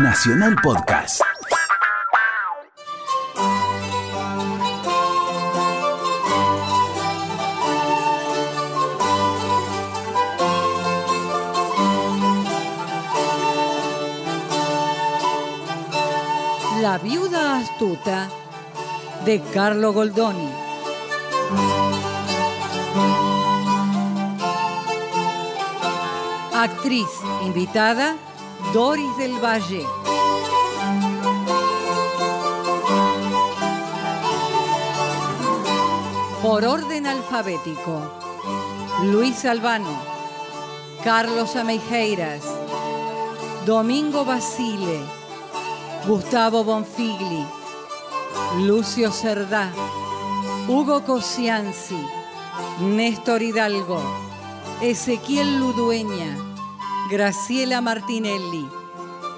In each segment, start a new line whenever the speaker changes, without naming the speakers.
Nacional Podcast.
La viuda astuta de Carlo Goldoni. Actriz invitada Doris del Valle. Por orden alfabético, Luis Albano, Carlos Ameijeiras, Domingo Basile, Gustavo Bonfigli, Lucio Cerdá, Hugo Cosianzi, Néstor Hidalgo, Ezequiel Ludueña, Graciela Martinelli,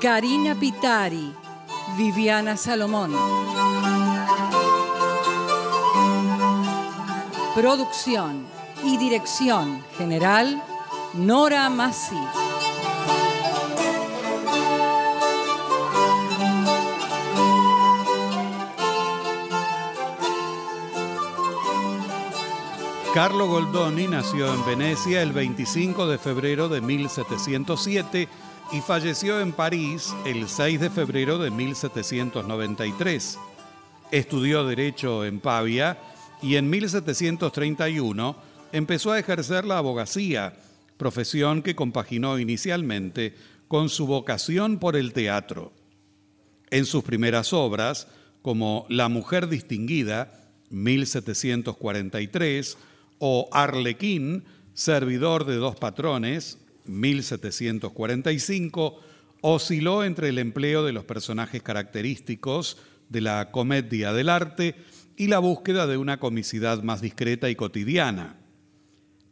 Karina Pitari, Viviana Salomón. Producción y dirección general, Nora Massi.
Carlo Goldoni nació en Venecia el 25 de febrero de 1707 y falleció en París el 6 de febrero de 1793. Estudió Derecho en Pavia y en 1731 empezó a ejercer la abogacía, profesión que compaginó inicialmente con su vocación por el teatro. En sus primeras obras, como La Mujer Distinguida, 1743, o Arlequín, servidor de dos patrones, 1745, osciló entre el empleo de los personajes característicos de la comedia del arte y la búsqueda de una comicidad más discreta y cotidiana.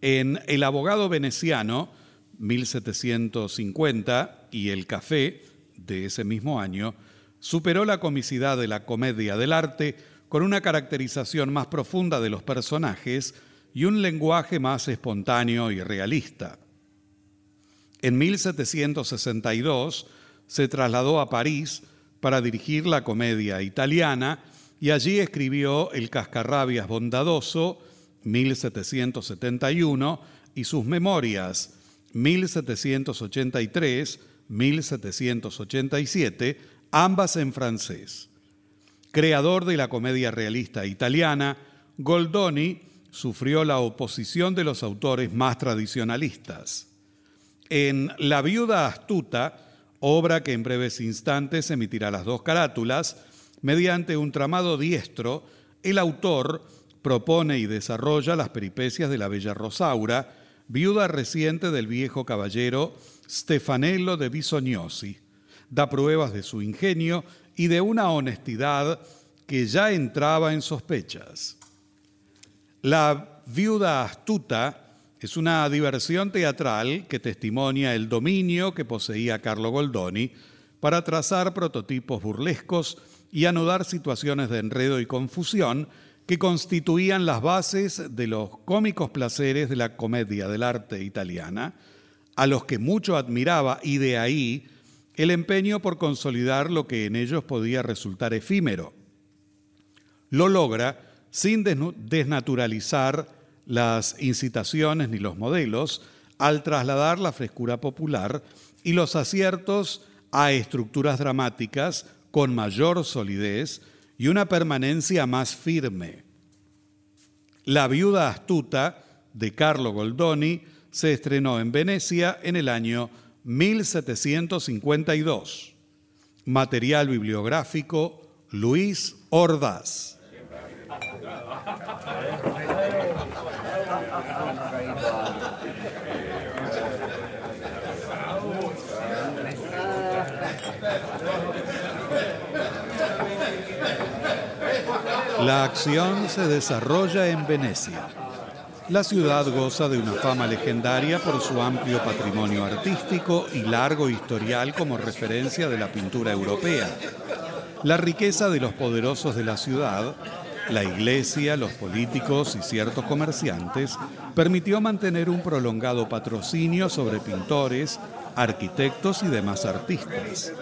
En El abogado veneciano, 1750, y El café, de ese mismo año, superó la comicidad de la comedia del arte con una caracterización más profunda de los personajes y un lenguaje más espontáneo y realista. En 1762 se trasladó a París para dirigir la comedia italiana y allí escribió El Cascarrabias Bondadoso, 1771, y sus memorias, 1783-1787, ambas en francés. Creador de la comedia realista italiana, Goldoni sufrió la oposición de los autores más tradicionalistas. En La viuda astuta, obra que en breves instantes emitirá las dos carátulas, mediante un tramado diestro, el autor propone y desarrolla las peripecias de la bella Rosaura, viuda reciente del viejo caballero Stefanello de Bisognosi. Da pruebas de su ingenio y de una honestidad que ya entraba en sospechas. La viuda astuta es una diversión teatral que testimonia el dominio que poseía Carlo Goldoni para trazar prototipos burlescos y anudar situaciones de enredo y confusión que constituían las bases de los cómicos placeres de la comedia del arte italiana, a los que mucho admiraba y de ahí el empeño por consolidar lo que en ellos podía resultar efímero. Lo logra sin desnaturalizar las incitaciones ni los modelos, al trasladar la frescura popular y los aciertos a estructuras dramáticas con mayor solidez y una permanencia más firme. La viuda astuta de Carlo Goldoni se estrenó en Venecia en el año 1752. Material bibliográfico Luis Ordaz. La acción se desarrolla en Venecia. La ciudad goza de una fama legendaria por su amplio patrimonio artístico y largo historial como referencia de la pintura europea. La riqueza de los poderosos de la ciudad la iglesia, los políticos y ciertos comerciantes permitió mantener un prolongado patrocinio sobre pintores, arquitectos y demás artistas.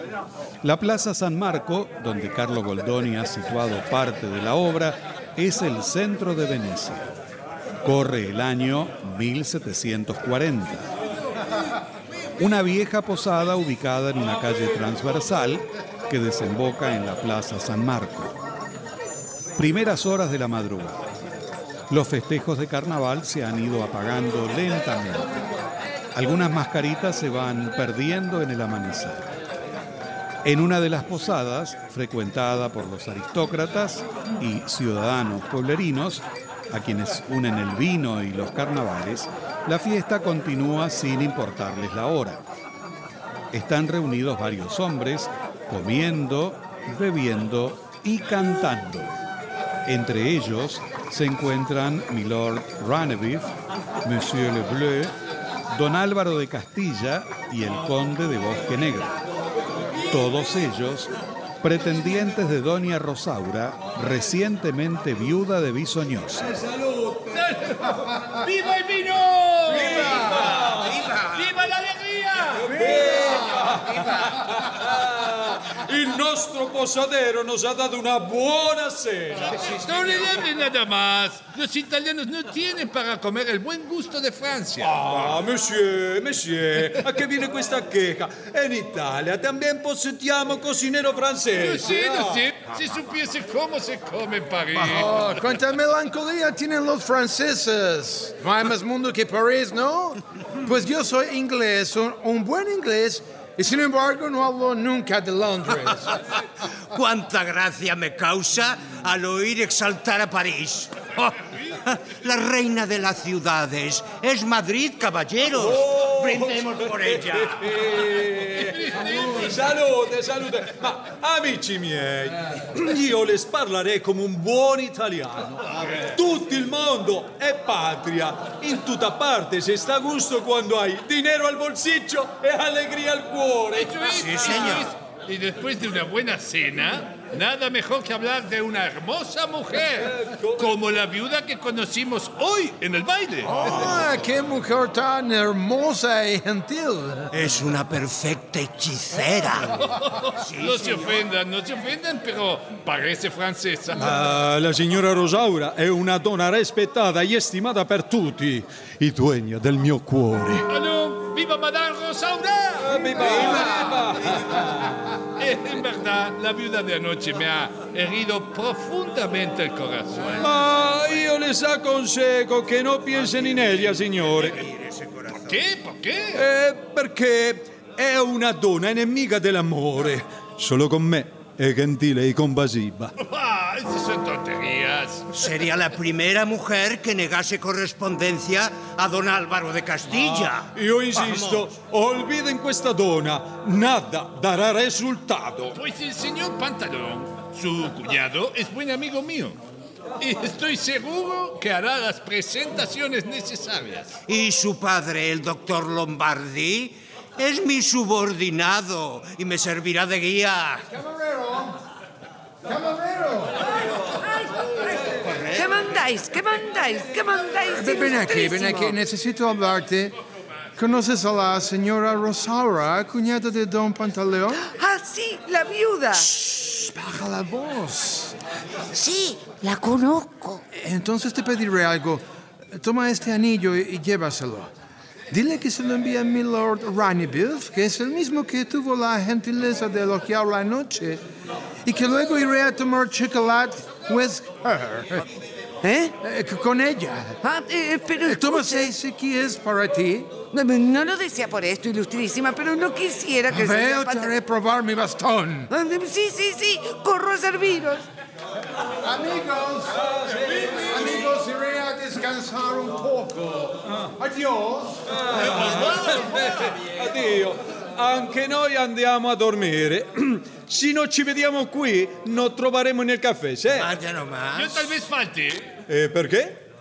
La Plaza San Marco, donde Carlo Goldoni ha situado parte de la obra, es el centro de Venecia. Corre el año 1740. Una vieja posada ubicada en una calle transversal que desemboca en la Plaza San Marco. Primeras horas de la madrugada. Los festejos de carnaval se han ido apagando lentamente. Algunas mascaritas se van perdiendo en el amanecer. En una de las posadas, frecuentada por los aristócratas y ciudadanos pueblerinos, a quienes unen el vino y los carnavales, la fiesta continúa sin importarles la hora. Están reunidos varios hombres, comiendo, bebiendo y cantando. Entre ellos se encuentran Milord Ranevif, Monsieur Le Bleu, Don Álvaro de Castilla y el Conde de Bosque Negro. Todos ellos pretendientes de Doña Rosaura, recientemente viuda de Bisoñosa.
¡Viva el vino!
¡Viva! ¡Viva!
¡Viva la alegría!
Il nostro posadero nos ha dado una buena cena.
No le llamen nada más. Los italianos no tienen para comer el buen gusto de Francia.
Ah, monsieur, monsieur, a che viene questa queja? E in Italia también posediamo cocinero
Lo
francese. Ah.
sé, lo sé. Si supiese cómo se come en París.
Oh, cuánta melancolía tienen los franceses. No hay más mundo que París, ¿no? Pues yo soy inglés, un, un buen inglés, y sin embargo no hablo nunca de Londres.
Cuánta gracia me causa al oír exaltar a París. La reina de las ciudades es Madrid, caballeros.
Oh.
Oh,
Brindemos por ella.
Salute, salute. Ma amici miei, io les parlerei come un buon italiano. Tutto il mondo è patria. In tutta parte si sta a gusto quando hai dinero al bolsiccio e allegria al cuore.
Eso es,
Sí,
eso
señor.
es. Y después de una buena cena, nada mejor que hablar de una hermosa mujer, como la viuda que conocimos hoy en el baile.
¡Ah, qué mujer tan hermosa y gentil!
Es una perfecta hechicera.
no se ofendan, no se ofendan, pero parece francesa.
Ah, la signora Rosaura è una donna rispettata e stimata per tutti, i duegna del mio cuore.
¡Aló! ¡Viva Madame Rosaura! Eh, En verdad, la viuda de anoche me ha herido profundamente el corazón.
Ma io le sa conseco che non piensen in ella, signore,
¿Qué? ¿Por qué?
Eh, perché è una donna è nemica dell'amore. Solo con me è gentile e compasiva.
Ah, esas son tonterías.
Sería la primera mujer que negase correspondencia a don Álvaro de
Ah,
Castilla.
Io insisto, olviden questa donna, nada darà risultato.
Pues el señor Pantalón, su cuñado, es buen amigo mío. Y estoy seguro que hará las presentaciones necesarias.
Y su padre, el doctor Lombardi, es mi subordinado y me servirá de guía.
¿Qué mandáis? ¿Qué mandáis? ¿Qué mandáis?
Ve- Ven aquí, ven
Ilustrísimo.
aquí, necesito hablarte. ¿Conoces a la señora Rosaura, cuñada de Don Pantaleón?
Ah, sí, la viuda.
Baja la voz.
Sí, la conozco.
Entonces te pediré algo. Toma este anillo y, y llévaselo. Dile que se lo envía mi Lord Ranibif, que es el mismo que tuvo la gentileza de elogiar la noche, y que luego iré a tomar chocolate with her.
¿Eh?
Eh, c- con ella.
Ah, eh, pero
Eh, Toma
escuche,
seis, aquí es para ti.
No, no, no lo decía por esto, ilustrísima, pero no quisiera que... el
Veo,
señor
te
Pantalón-
haré probar mi bastón.
Ah, Sí, sí, sí, corro a serviros.
Amigos, amigos, iré a descansar un poco. Adiós.
Addio. Anche noi andiamo a dormire. Se non ci vediamo qui, non troveremo nel caffè, se?
Vaya nomás.
Yo tal vez falte.
E perché?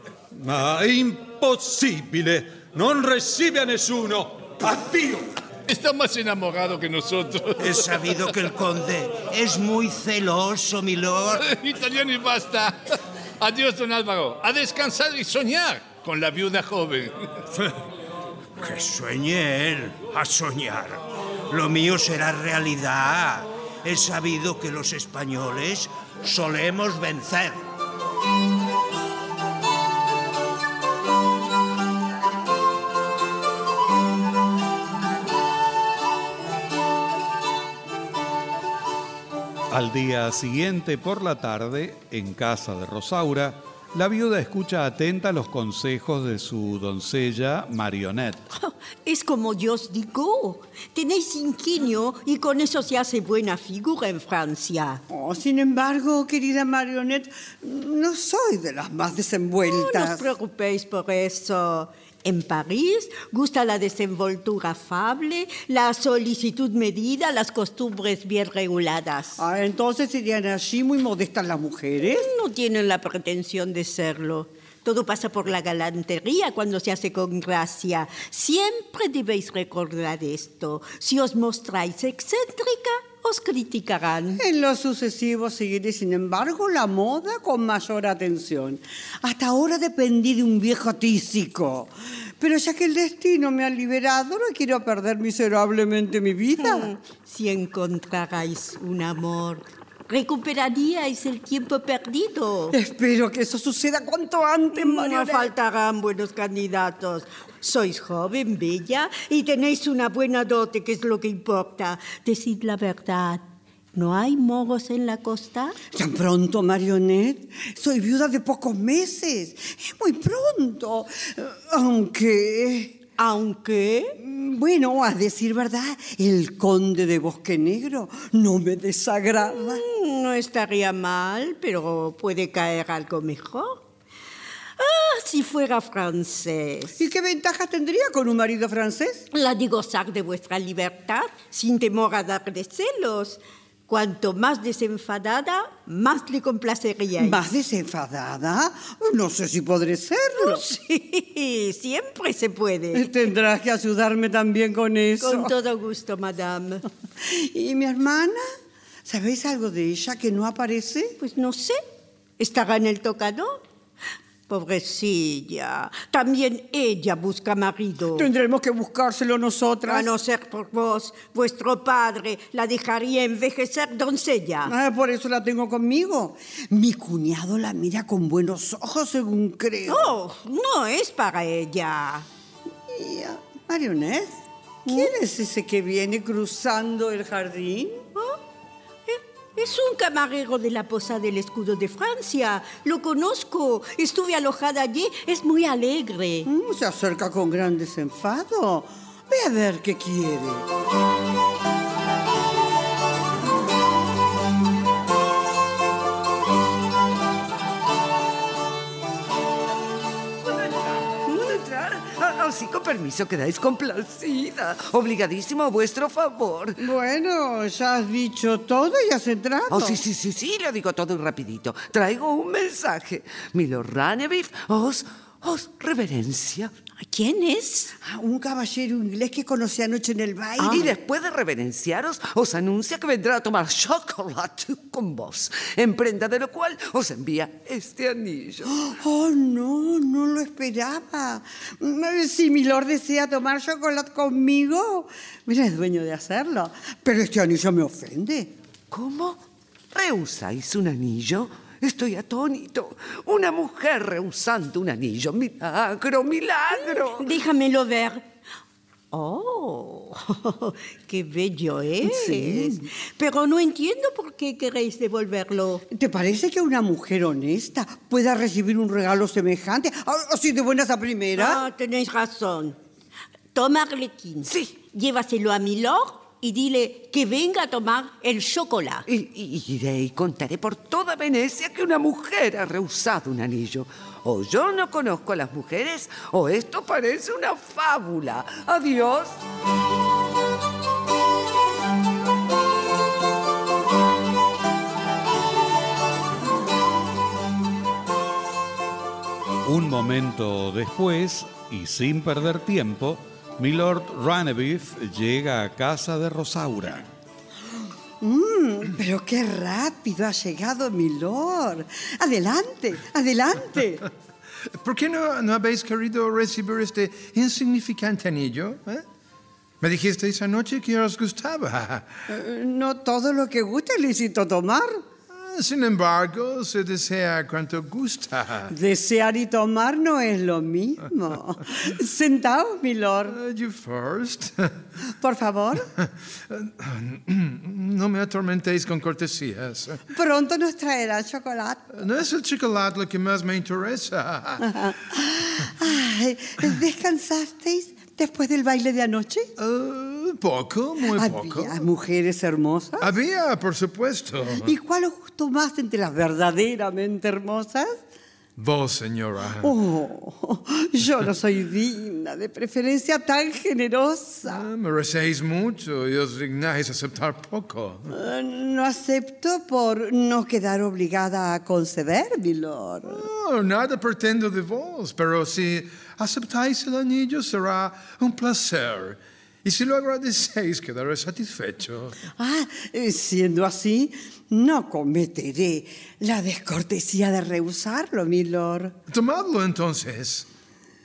Ma è impossibile! Non recibe a nessuno! Addio!
Está más enamorado que nosotros.
He sabido que el conde es muy celoso, milord.
Italiano y basta. Adiós, don Álvaro. A descansar y soñar con la viuda joven.
Que sueñe él a soñar. Lo mío será realidad. He sabido que los españoles solemos vencer.
Al día siguiente, por la tarde, en casa de Rosaura, la viuda escucha atenta los consejos de su doncella Marionette.
Es como yo os digo, tenéis ingenio y con eso se hace buena figura en Francia.
Oh, sin embargo, querida Marionette, no soy de las más
No os
desenvueltas.
preocupéis por eso. En París gusta la desenvoltura afable, la solicitud medida, las costumbres bien reguladas.
Ah, entonces serían allí muy modestas las mujeres.
No tienen la pretensión de serlo. Todo pasa por la galantería cuando se hace con gracia. Siempre debéis recordar esto. Si os mostráis excéntrica, os criticarán.
En lo sucesivo seguiré, sin embargo, la moda con mayor atención. Hasta ahora dependí de un viejo tísico. Pero ya que el destino me ha liberado, no quiero perder miserablemente mi vida.
Si encontrarais un amor, recuperaríais el tiempo perdido.
Espero que eso suceda cuanto antes,
No
Marionette.
faltarán buenos candidatos. Sois joven, bella, y tenéis una buena dote, que es lo que importa. Decid la verdad. ¿No hay mogos en la costa?
Tan pronto, Marionette. Soy viuda de pocos meses. Es muy pronto. Aunque...
Aunque...
Bueno, a decir verdad, el conde de Bosque Negro no me desagrada.
Mm, No estaría mal, pero puede caer algo mejor. Ah, si fuera francés.
¿Y qué ventajas tendría con un marido francés?
La de gozar de vuestra libertad sin temor a darle celos. Cuanto más desenfadada, más le complaceríais.
¿Más desenfadada? No sé si podré serlo.
Sí,
Eh,
siempre se puede.
Tendrás que ayudarme también con eso.
Con todo gusto, madame.
¿Y mi hermana? ¿Sabéis algo de ella que no aparece?
Pues no sé, estará en el tocador. Pobrecilla, también ella busca marido.
Tendremos que buscárselo nosotras.
A no ser por vos, vuestro padre la dejaría envejecer doncella.
Ah, por eso la tengo conmigo. Mi cuñado la mira con buenos ojos, según creo.
No, Oh, no es para ella.
Y, ah, Marionette, ¿quién es ese que viene cruzando el jardín?
¿Ah? Eh, Es un camarero de la Posada del Escudo de Francia. Lo conozco, estuve alojada allí, es muy alegre.
Mm, se acerca con gran desenfado. Ve a ver qué quiere.
¿Puedo entrar? A- Así con permiso quedáis complacida. Obligadísimo a vuestro favor.
Bueno, ya has dicho todo y has entrado.
Oh, sí, sí, sí, sí, lo digo todo rapidito. Traigo un mensaje. Milord Ranevif os, os reverencia.
¿Quién es?
Ah, un caballero inglés que conocí anoche en el baile.
Ah, Y
Ah.
después de reverenciaros, os anuncia que vendrá a tomar chocolate con vos. En prenda de lo cual os envía este anillo.
Oh, no, no lo esperaba. Mm, Si mi lord desea tomar chocolate conmigo, mira, es dueño de hacerlo. Pero este anillo me ofende.
¿Cómo? ¿Rehusáis un anillo? Estoy atónito. Una mujer rehusando un anillo. Milagro, milagro.
Déjamelo ver. Oh, qué bello es. Pero no entiendo por qué queréis devolverlo.
¿Te parece que una mujer honesta pueda recibir un regalo semejante? Ah, Así de buenas a primera.
Ah, tenéis razón. Toma Arlequín.
Sí.
Llévaselo a Milord y dile que venga a tomar el chocolate.
Y, y- y iré y contaré por toda Venecia que una mujer ha rehusado un anillo. O yo no conozco a las mujeres, o esto parece una fábula. Adiós.
Un momento después, y sin perder tiempo, Milord Ranebif llega a casa de Rosaura.
Mm, pero qué rápido ha llegado mi lord. Adelante, adelante.
¿Por qué no, no habéis querido recibir este insignificante anillo? eh? Me dijisteis anoche que os gustaba.
Eh, No todo lo que gusta es lícito tomar.
Ah, Sin embargo, se desea cuanto gusta.
Desear y tomar no es lo mismo. Sentaos, milord.
Uh, you first.
Por favor,
No me atormentéis con cortesías.
pronto nos traerán chocolate.
No es el chocolate lo que más me interesa.
Ay, ¿Descansasteis después del baile de anoche?
Uh, poco, muy poco.
Había mujeres hermosas.
Había, por supuesto.
¿Y cuál os gustó más entre las verdaderamente hermosas?
Vos, señora.
Oh, yo no soy digna de preferencia tan generosa.
Ah, Merecéis mucho y os dignáis aceptar poco.
Eh, No acepto por no quedar obligada a conceder, milord.
No, nada pretendo de vos, pero si aceptáis el anillo será un placer. Y si lo agradecéis, quedaré satisfecho.
Ah, eh, siendo así, no cometeré la descortesía de rehusarlo, milord.
Tomadlo entonces.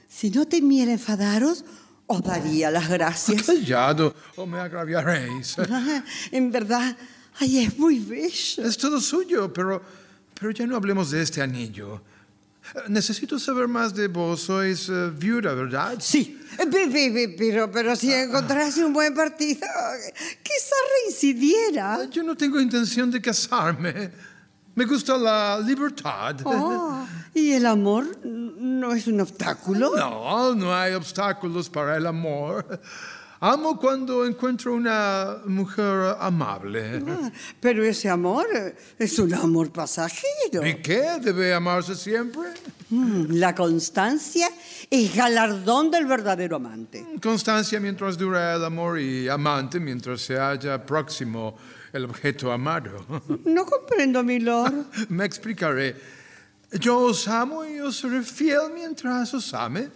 Si no temiera enfadaros, os daría las gracias.
Callado o me agraviaréis.
Ah, en verdad, ay, es é muy bello.
Es É todo suyo, pero, pero ya no hablemos de este anillo. Eh, Necesito saber más de vos. Sois eh, viuda, ¿verdad?
Sí, pe- pe- pe- pero, pero si encontrase un buen partido, quizás reincidiera.
Ah, Yo no tengo intención de casarme. Me gusta la libertad.
Oh, ¿Y el amor no es un obstáculo?
No, no hay obstáculos para el amor. Amo cuando encuentro una mujer amable.
Ah, Pero ese amor eh, es un amor pasajero.
¿Y qué? ¿Debe amarse siempre?
Mm, La constancia es galardón del verdadero amante.
Constancia mientras dura el amor y amante mientras se halla próximo el objeto amado.
No comprendo, milord.
Me explicaré. Yo os amo y os seré fiel mientras os ame,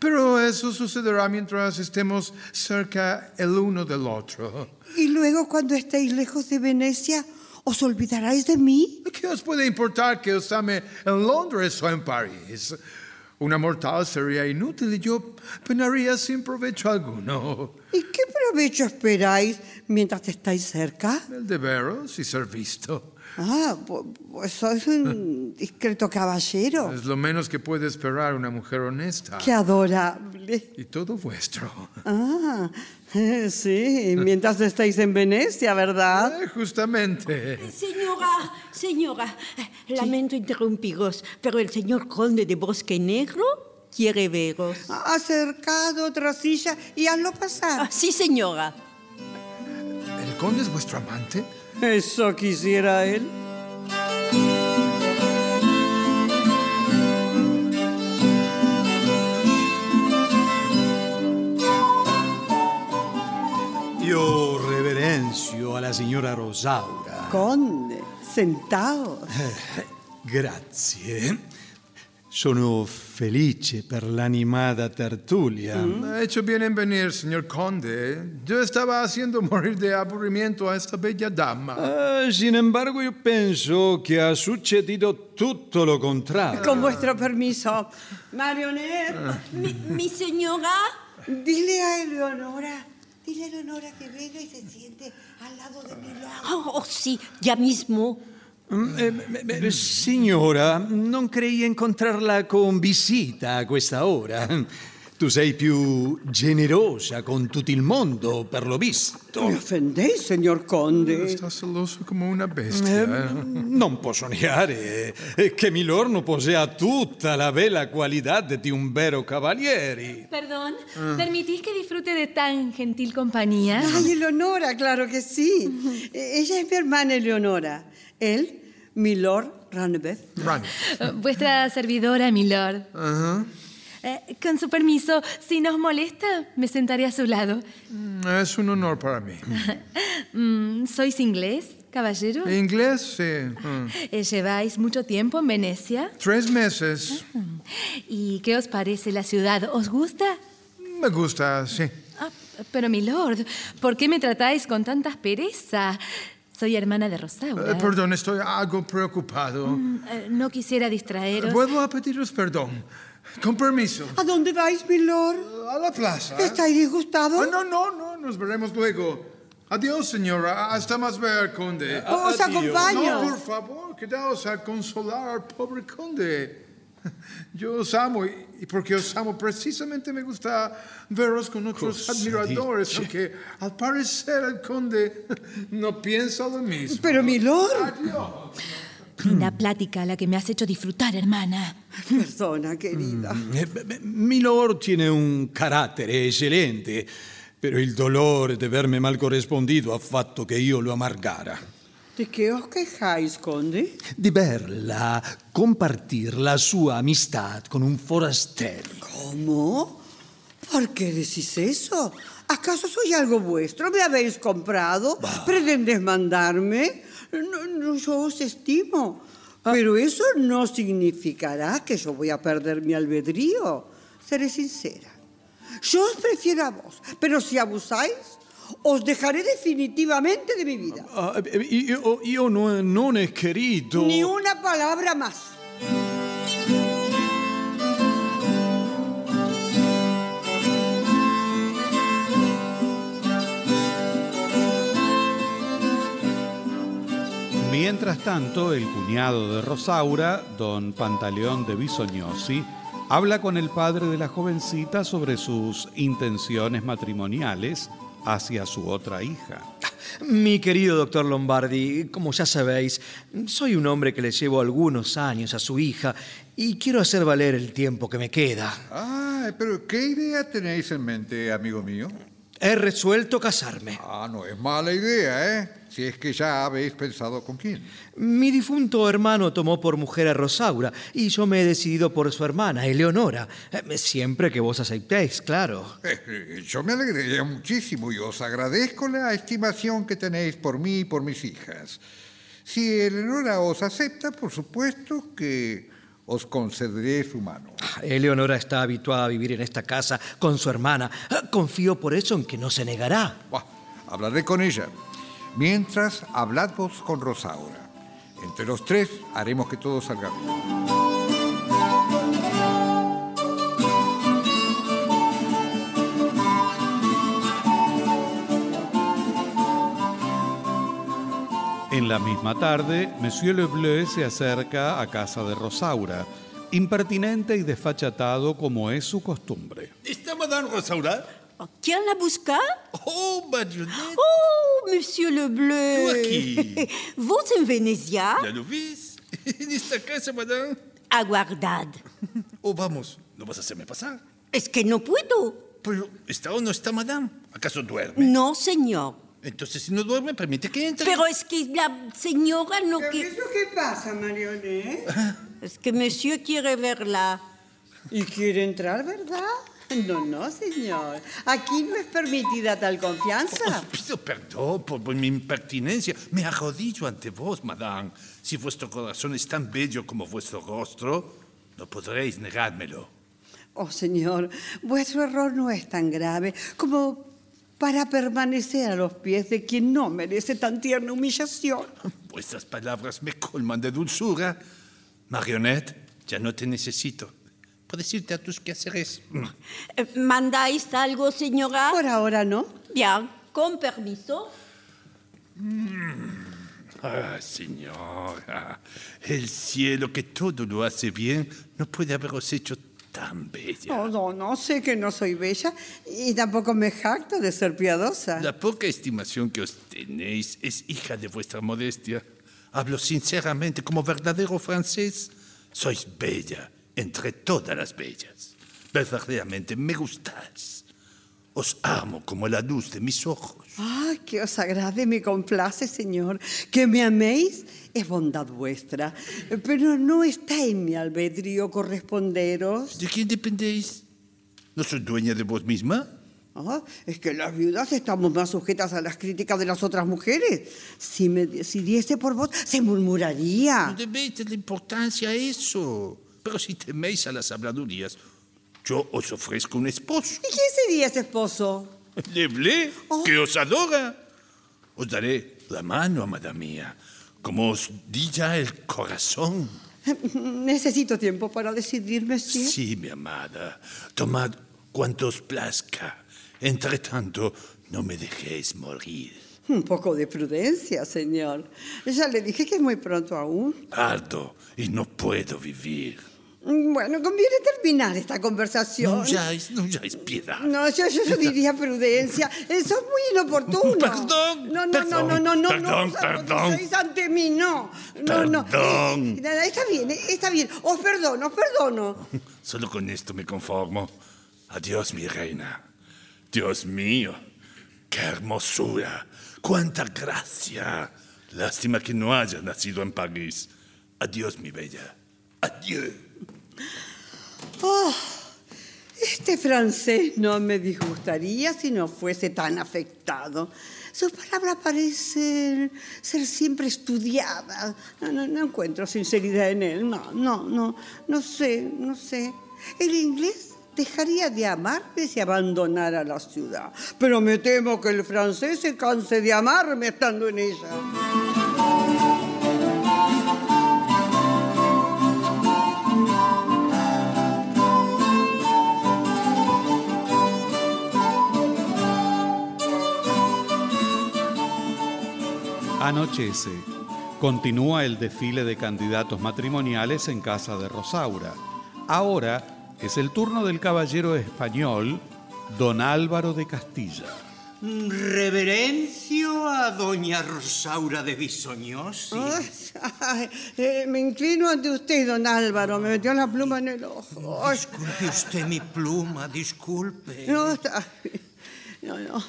pero eso sucederá mientras estemos cerca el uno del otro.
Y luego cuando estéis lejos de Venecia, ¿os olvidaráis de mí?
¿Qué os puede importar que os ame en Londres o en París? Una mortal sería inútil y yo penaría sin provecho alguno.
¿Y qué provecho esperáis mientras estáis cerca?
El de veros y ser visto
Ah, pu- pues sois un discreto caballero.
es lo menos que puede esperar una mujer honesta.
¡Qué adorable!
Y todo vuestro.
Ah, sí, mientras estáis en Venecia, ¿verdad?
Eh, Justamente.
Señora, señora, lamento interrumpiros, pero el señor conde de Bosque Negro quiere veros.
Acercado otra silla y hazlo pasar.
Ah, sí, señora.
¿El conde es vuestro amante?
Eso quisiera él.
Io reverenzio alla signora Rosaura.
Conde, sentaos.
Eh, Grazie. Sono felice per l'animata tertulia.
Ha hecho bien en venir, señor conde. Yo estaba haciendo morir de aburrimiento a esta bella dama.
Eh, sin embargo, io penso che ha succedito tutto lo contrario. Eh,
Con vuestro permiso. Marionette,
Mi, mi señora,
dile a Eleonora. Dile a Eleonora que venga y se siente al lado de mi lado.
oh, oh, sí, ya mismo.
Mm, eh, beh, beh, beh, signora, non crei incontrarla con visita a questa ora. Tu sei più generosa con tutto il mondo, per lo visto.
Me ofendéis, señor conde.
Está celoso como una
Ehm,
Eh,
bestia.
non posso negare eh, che Milorno possea tutta la bella qualità di un vero cavaliere.
Perdón,
Ah.
¿permitís que disfrute de tan gentil compañía?
Ay, Eleonora, claro que sí. Eh, Ella es mi hermana Eleonora. Él, mi lord Ranebeth.
Run.
Eh, Vuestra servidora, milord. Eh, con su permiso, si nos molesta, me sentaré a su lado.
Es un honor para mí.
Mm, ¿Sois inglés, caballero?
Inglés, sí. Mm.
Eh, ¿Lleváis mucho tiempo en Venecia?
Tres meses.
¿Y qué os parece la ciudad? ¿Os gusta?
Me gusta, sí.
Ah, pero milord, ¿por qué me tratáis con tanta aspereza? Soy hermana de Rosaura.
Eh, perdón, estoy algo preocupado.
Mm,
Eh, no quisiera distraeros.
Vuelvo a pediros perdón. Con permiso.
¿A dónde vais, milord?
A la plaza.
¿Estáis disgustado?
Ah, no, no, no, nos veremos luego. Adiós, señora. Ah, Hasta más ver, conde.
este, Ah,
Ah,
Oh, os
Adiós.
acompaño.
No, por favor, quedaos a consolar al pobre conde. Yo os amo y y porque os amo precisamente me gusta veros con otros admiradores, aunque al parecer el conde no piensa lo mismo.
Pero, milord.
Linda plática la que me has hecho disfrutar, hermana.
Perdona,
Ah.
querida.
Eh, Milord tiene un carattere eccellente, pero il dolore di avermi mal corrispondido ha fatto che io lo amargara.
¿De qué os quejáis, conde?
Di Berla compartir la sua amistà con un forastero.
¿Cómo? ¿Por qué decís eso? ¿Acaso soy algo vuestro? ¿Me habéis comprado? ¿Pretendés mandarme? No, no, yo os estimo. Pero eso no significará que yo voy a perder mi albedrío. Seré sincera. Yo os prefiero a vos, pero si abusáis, os dejaré definitivamente de mi vida.
Ah, eh, io, io no- non ho querido.
Ni una palabra más.
Mientras tanto, el cuñado de Rosaura, don Pantaleón de Bisognosi, habla con el padre de la jovencita sobre sus intenciones matrimoniales hacia su otra hija.
Mi querido doctor Lombardi, como ya sabéis, soy un hombre que le llevo algunos años a su hija y quiero hacer valer el tiempo que me queda.
Ah, pero ¿qué idea tenéis en mente, amigo mío?
He resuelto casarme.
Ah, no es mala idea, ¿eh? Si es que ya habéis pensado con quién.
Mi difunto hermano tomó por mujer a Rosaura y yo me he decidido por su hermana, Eleonora, Eh, siempre que vos aceptéis, claro.
Eh, Yo me alegré muchísimo y os agradezco la estimación que tenéis por mí y por mis hijas. Si Eleonora os acepta, por supuesto que os concederé su mano.
Eleonora está habituada a vivir en esta casa con su hermana. Eh, Confío por eso en que no se negará.
Buah, hablaré con ella. Mientras, hablad vos con Rosaura. Entre los tres haremos que todo salga bien.
En la misma tarde, Monsieur Le Bleu se acerca a casa de Rosaura, impertinente y desfachatado como es su costumbre.
Está Madame Rosaura.
¿Quién la busca?
Oh, Madeleine.
Oh, monsieur le bleu.
Toi qui?
Vos en Venecia?
¿Ya lo ves? En esta casa, Madame.
Aguardad.
Oh, vamos. No vas a hacerme pasar.
Es que no puedo.
Pero, ¿está o no está Madame? ¿Acaso duerme?
No, señor.
Entonces, si no duerme, permite que entre.
Pero es que la señora no quiere.
¿Qué pasa,
Ah.
Marionet?
Es que monsieur quiere verla.
¿Y quiere entrar, verdad? No, no, señor. Aquí no es permitida tal confianza.
Pido perdón por, por mi impertinencia. Me arrodillo ante vos, Madame. Si vuestro corazón es tan bello como vuestro rostro, no podréis negármelo.
Oh, señor, vuestro error no es tan grave como para permanecer a los pies de quien no merece tan tierna humillación.
Vuestras palabras me colman de dulzura. Marionette, ya no te necesito. Puedes irte a tus quehaceres.
Eh, ¿Mandáis algo, señora? Por
ahora no.
Bien, con permiso.
Hmm. Ah, señora, el cielo que todo lo hace bien no puede haberos hecho tan bella.
No, Oh, no, no, sé que no soy bella y tampoco me jacto de ser piadosa.
La poca estimación que os tenéis es hija de vuestra modestia. Hablo sinceramente como verdadero francés. Sois bella entre todas las bellas. Verdaderamente me gustáis. Os amo como la luz de mis ojos.
Ah, que os agrade, me complace, Señor. Que me améis es bondad vuestra, pero no está en mi albedrío corresponderos.
¿De quién dependéis? ¿No soy dueña de vos misma?
Ah, es que las viudas estamos más sujetas a las críticas de las otras mujeres. Si me decidiese por vos, se murmuraría.
No debéis darle importancia a eso. Pero si teméis a las habladurías, yo os ofrezco un esposo.
¿Y quién sería ese esposo?
Leblé, que os adora. Os daré la mano, amada mía, como os di ya el corazón.
Necesito tiempo para decidirme, ¿sí?
Sí, mi amada, tomad cuanto os plazca. Entre tanto, no me dejéis morir.
Un poco de prudencia, señor. Ya le dije que es muy pronto aún.
Ardo y no puedo vivir.
Bueno, conviene terminar esta conversación.
No yáis, no yáis piedad.
No, yo, yo, yo diría prudencia. Eso es muy inoportuno.
Perdón,
No, no,
perdón,
no, no, no, no.
perdón,
no,
perdón.
No, ante mí, no. No, no.
Perdón.
Eh, nada, está bien, eh, está bien. Os perdono, os perdono.
Solo con esto me conformo. Adiós, mi reina. Dios mío, qué hermosura, cuánta gracia. Lástima que no haya nacido en París. Adiós, mi bella. Adiós.
Oh, este francés no me disgustaría si no fuese tan afectado. Sus palabras parecen ser siempre estudiadas. No, no, no encuentro sinceridad en él. No, no, no, no sé, no sé. El inglés dejaría de amarme si abandonara la ciudad. Pero me temo que el francés se canse de amarme estando en ella.
Anochece. Continúa el desfile de candidatos matrimoniales en casa de Rosaura. Ahora es el turno del caballero español, don Álvaro de Castilla.
Reverencio a doña Rosaura de Bisoñosi.
Ay, eh, me inclino ante usted, don Álvaro. Me metió la pluma en el ojo. Ay,
Disculpe usted mi pluma, disculpe.
no, está bien. No, no.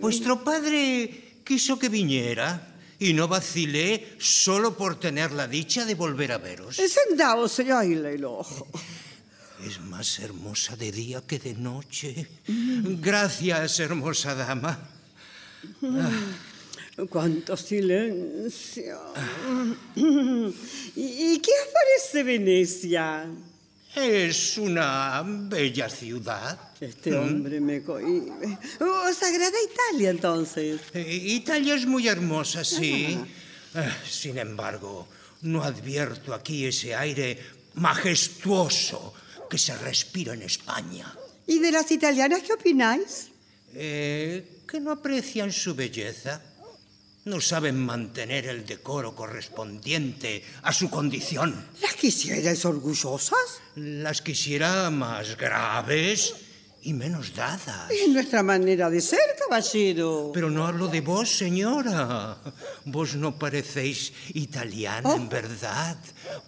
Vuestro padre quiso que viniera y no vacilé solo por tener la dicha de volver a veros.
Eh, Sentaos, señor, ahí el ojo.
Es más hermosa de día que de noche. Gracias, hermosa dama.
Mm, Cuánto silencio. ¿Y, y qué os parece Venecia?
Es una bella ciudad. ¿Mm?
Este hombre me cohibe. ¿Os agrada Italia entonces?
Eh, Italia es muy hermosa, sí. Ah, Sin embargo, no advierto aquí ese aire majestuoso que se respira en España.
¿Y de las italianas qué opináis?
Eh, que no aprecian su belleza, no saben mantener el decoro correspondiente a su condición.
¿Las quisierais orgullosas?
Las quisiera más graves y menos dadas.
Es nuestra manera de ser, caballero.
Pero no hablo de vos, señora. Vos no parecéis
Oh.
italiana, en verdad.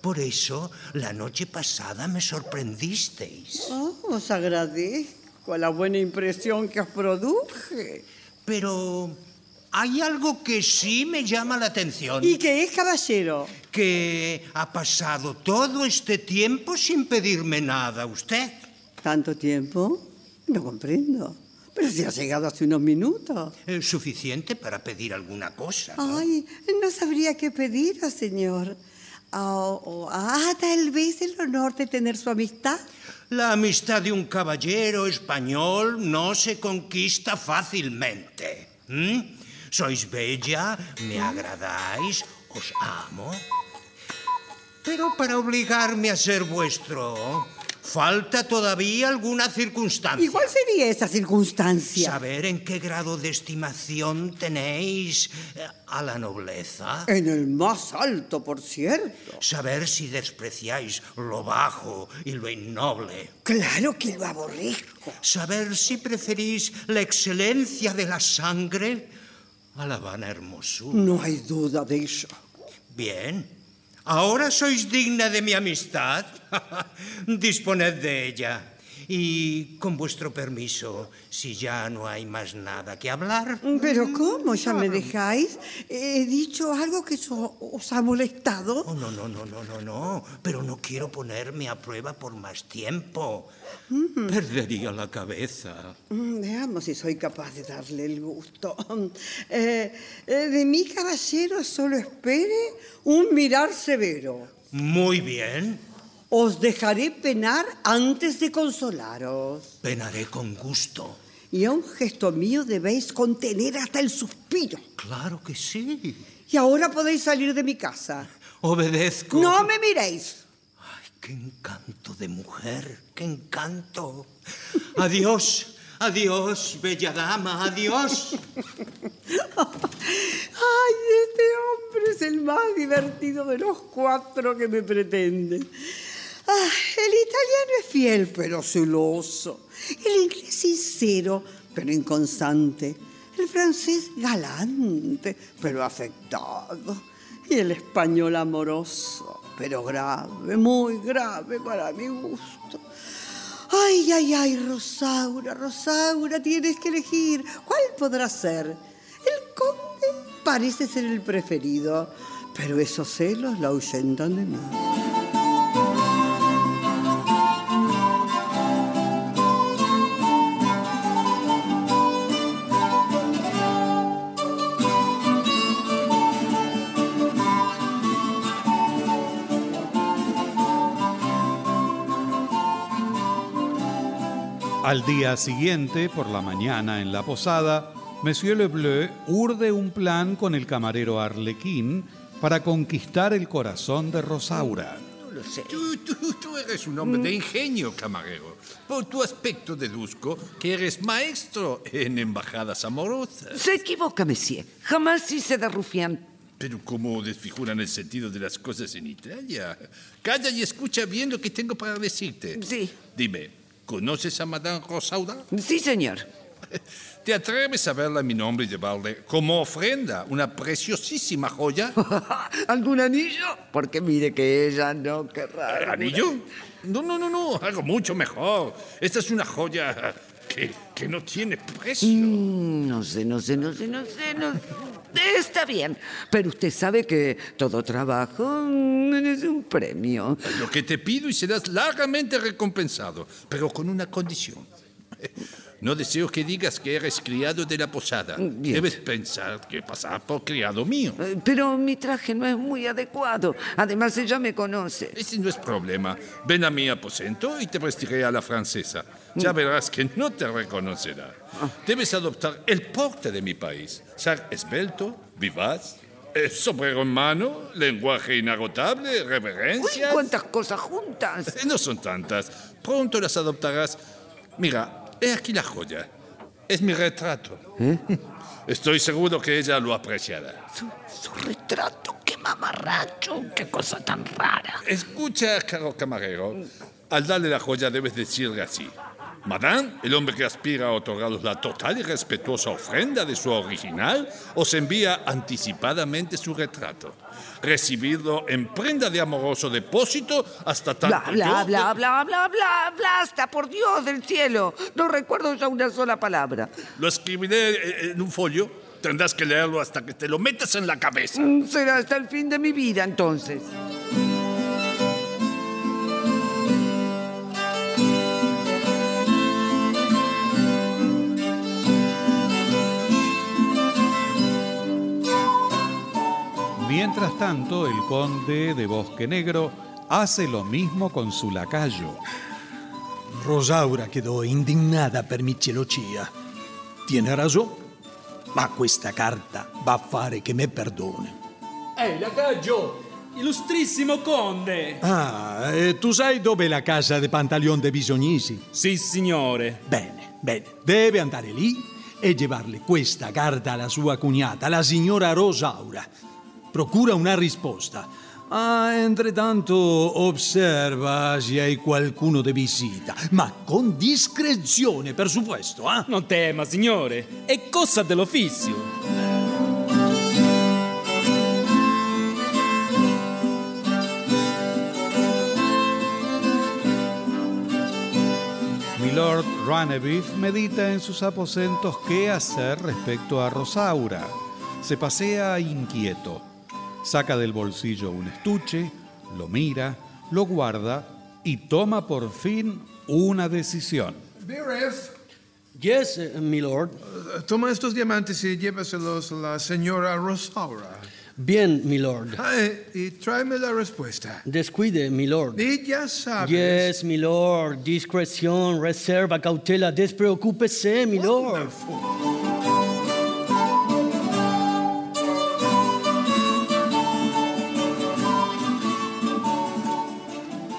Por eso la noche pasada me sorprendisteis.
Oh, os agradezco la buena impresión que os produje.
Pero hay algo que sí me llama la atención.
¿Y qué es, caballero?
que ha pasado todo este tiempo sin pedirme nada a usted.
¿Tanto tiempo? No comprendo. Pero si ha llegado hace unos minutos. Ah,
Es Eh, suficiente para pedir alguna cosa. ¿no?
Ay, no sabría qué pediros, señor. Ah, o- ah, tal vez el honor de tener su amistad.
La amistad de un caballero español no se conquista fácilmente. ¿m? Sois bella, me agradáis, os amo. Pero para obligarme a ser vuestro, falta todavía alguna circunstancia.
¿Y cuál sería esa circunstancia?
Saber en qué grado de estimación tenéis eh, a la nobleza.
En el más alto, por cierto.
Saber si despreciáis lo bajo y lo innoble.
Claro que lo aborrezco.
Saber si preferís la excelencia de la sangre a la vana hermosura.
No hay duda de eso.
Bien. Ahora sois digna de mi amistad. Disponed de ella. Y con vuestro permiso, si ya no hay más nada que hablar,
Pero ¿cómo? ¿Ya me dejáis? ¿He dicho algo que so- os ha molestado?
Oh, no, no, no, no, no, no, pero no quiero ponerme a prueba por más tiempo.
Hmm.
Perdería la cabeza.
Mm, Veamos si soy capaz de darle el gusto. Eh, eh, de mi caballero solo espere un mirar severo.
Muy bien,
Os dejaré penar antes de consolaros.
penaré con gusto.
y a un gesto mío debéis contener hasta el suspiro.
Claro que sí.
Y ahora podéis salir de mi casa.
Obedezco.
No me miréis.
¡Qué encanto de mujer! ¡Qué encanto! Adiós, adiós, bella dama, adiós.
Ay, este hombre es el más divertido de los cuatro que me pretenden. Ah, el italiano es fiel, pero celoso. El inglés sincero, pero inconstante. El francés galante, pero afectado. Y el español amoroso, pero grave, muy grave para mi gusto. Ay, ay, ay, Rosaura, Rosaura, tienes que elegir. ¿Cuál podrá ser? El conde parece ser el preferido, pero esos celos la ahuyentan de mí.
Al día siguiente, por la mañana en la posada, Monsieur Le Bleu urde un plan con el camarero Arlequín para conquistar el corazón de Rosaura.
No lo sé. Tú, tú- tú eres un hombre
Mm.
de ingenio, camarero. Por tu aspecto deduzco que eres maestro en embajadas amorosas.
Se equivoca, monsieur. Jamás hice de rufián.
Pero cómo desfiguran el sentido de las cosas en Italia. Calla y escucha bien lo que tengo para decirte.
Sí.
Dime, ¿conoces a Madame Rosaura?
Sí, señor.
¿Te atreves a verla a mi nombre y llevarle como ofrenda una preciosísima joya?
¿Algún anillo? Porque mire que ella no querrá.
¿El anillo? No, no, no, no, algo mucho mejor. Esta es una joya que, que no tiene precio.
Mm, no sé, no sé, no sé, no sé, no Está bien, pero usted sabe que todo trabajo mm, es un premio.
Lo que te pido y serás largamente recompensado, pero con una condición. No deseo que digas que eres criado de la posada.
Bien.
Debes pensar que pasar por criado mío.
Eh, Pero mi traje no es muy adecuado. Además, ella me conoce.
Ese no es problema. Ven a mi aposento y te vestiré a la francesa.
Mm.
Ya verás que no te reconocerá.
Ah.
Debes adoptar el porte de mi país. Ser esbelto, vivaz, eh, sombrero en mano, lenguaje inagotable, reverencia.
¿Cuántas cosas juntas?
No son tantas. Pronto las adoptarás. Mira, he aquí la joya. Es mi retrato. Estoy seguro que ella lo apreciará.
Su retrato, qué mamarracho, qué cosa tan rara.
Escucha, caro camarero. Al darle la joya debes decirle así. Madame, el hombre que aspira a otorgaros la total y respetuosa ofrenda de su original, os envía anticipadamente su retrato. Recibidlo en prenda de amoroso depósito hasta
Bla,
tanto
bla,
yo-
bla, bla, bla, bla, bla, hasta por Dios del cielo. No recuerdo ya una sola palabra.
Lo escribiré eh, en un folio. Tendrás que leerlo hasta que te lo metas en la cabeza.
Mm, Será hasta el fin de mi vida entonces.
Mientras tanto, el conde de Bosque Negro hace lo mismo con su lacayo.
Rosaura quedò indignata per Micelocia. Tiene ragione, ma questa carta va a fare che me perdone.
Ehi, lagaggio! Illustrissimo conde!
Ah, eh, tu sai dove è la casa di Pantaleon de Bisognisi?
Sì, signore.
Bene, bene. Deve andare lì e llevarle questa carta alla sua cognata, la signora Rosaura. Procura una risposta. Ah, entretanto osserva se hai qualcuno di visita, ma con discrezione, per supuesto, eh?
Non tema, signore, è cosa dell'ufficio.
Milord Ranebif medita en sus aposentos qué hacer respecto a Rosaura. Se pasea inquieto. Saca del bolsillo un estuche, lo mira, lo guarda y toma por fin una decisión.
Beres.
Yes, eh, my lord.
Toma estos diamantes y llévaselos a la señora Rosaura.
Bien, milord.
Eh, y tráeme la respuesta.
Descuide, milord.
Y ya sabes.
Yes, milord. Discreción, reserva, cautela, despreocúpese, milord.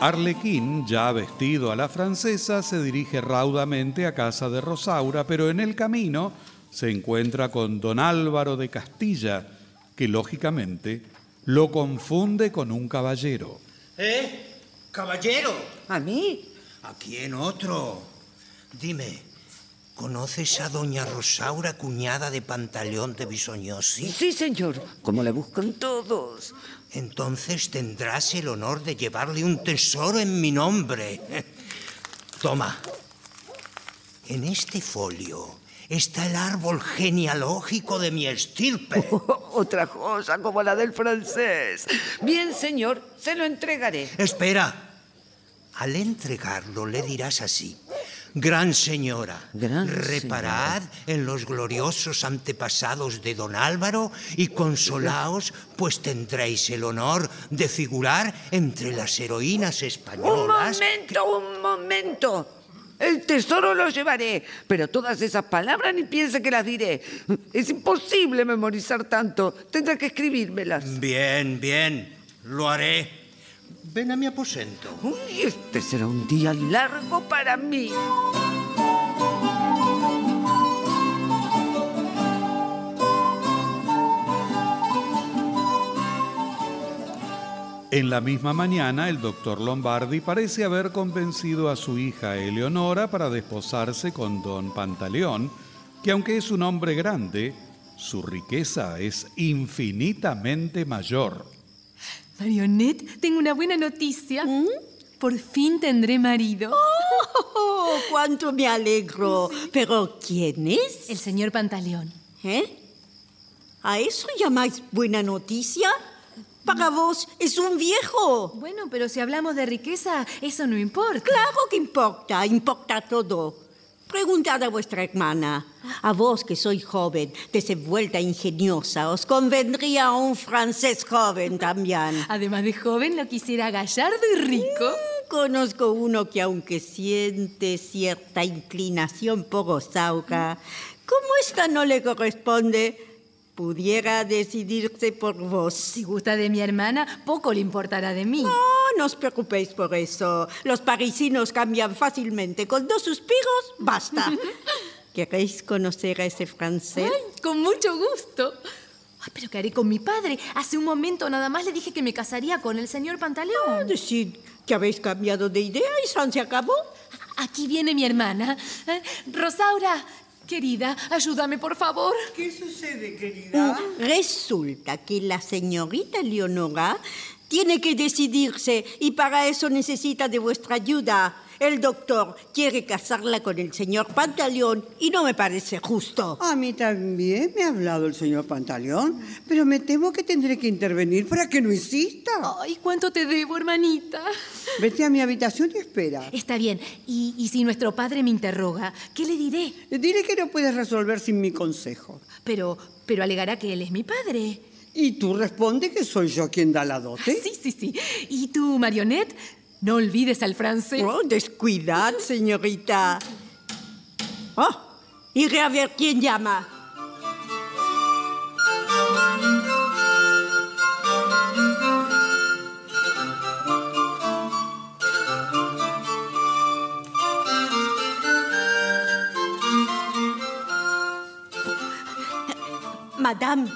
Arlequín, ya vestido a la francesa, se dirige raudamente a casa de Rosaura, pero en el camino se encuentra con don Álvaro de Castilla, que lógicamente lo confunde con un caballero.
¿Eh? Caballero.
¿A mí?
¿A quién otro? Dime, ¿conoces a doña Rosaura, cuñada de Pantaleón de Bisoñosi?
Sí, señor. Como la buscan todos.
Entonces tendrás el honor de llevarle un tesoro en mi nombre. Toma. En este folio está el árbol genealógico de mi estirpe.
Otra cosa como la del francés. Pues, Bien, señor, se lo entregaré.
Espera. Al entregarlo le dirás así. Gran señora, reparad en los gloriosos antepasados de don Álvaro y consolaos, pues tendréis el honor de figurar entre las heroínas
Un
españolas.
momento, un momento. El tesoro lo llevaré, pero todas esas palabras ni piense que las diré. Es imposible memorizar tanto. Tendrá que escribírmelas.
Bien, bien, lo haré. Ven a mi aposento.
Uy, este será un día largo para mí.
En la misma mañana, el doctor Lombardi parece haber convencido a su hija Eleonora para desposarse con don Pantaleón, que aunque es un hombre grande, su riqueza es infinitamente mayor.
Marionette, tengo una buena noticia. Por fin tendré marido.
¡Oh, cuánto me alegro! Pero, ¿quién es?
El señor Pantaleón.
¿Eh? ¿A eso llamáis buena noticia? Para vos es un viejo.
Bueno, pero si hablamos de riqueza, eso no importa.
Claro que importa, importa todo. Preguntad a vuestra hermana. A vos que sois joven, desenvuelta, ingeniosa, os convendría un francés joven también.
Además de joven, lo quisiera gallardo y rico.
Mm, Conozco uno que aunque siente cierta inclinación por Osauca, como esta no le corresponde, pudiera decidirse por vos.
Si gusta de mi hermana, poco le importará de mí.
No, no os preocupéis por eso. Los parisinos cambian fácilmente. Con dos suspiros, basta. ¿Queréis conocer a ese francés?
Ay, con mucho gusto. Ay, pero ¿qué haré con mi padre? Hace un momento nada más le dije que me casaría con el señor Pantaleón.
Decid que habéis cambiado de idea y San se acabó.
Aquí viene mi hermana. Eh, Rosaura, querida, ayúdame, por favor.
¿Qué sucede, querida?
Uh, Resulta que la señorita Leonora tiene que decidirse y para eso necesita de vuestra ayuda. El doctor quiere casarla con el señor Pantaleón y no me parece justo.
A mí también me ha hablado el señor Pantaleón, pero me temo que tendré que intervenir para que no insista.
Ay, ¿cuánto te debo, hermanita?
Vete a mi habitación y espera.
Está bien. Y, y si nuestro padre me interroga, ¿qué le diré?
Dile que no puedes resolver sin mi consejo.
Pero, pero alegará que él es mi padre.
Y tú responde que soy yo quien da la dote.
Sí, sí, sí. ¿Y tú, Marionette? No olvides al francés.
Oh, descuidad, señorita. Oh, iré a ver quién llama. Madame,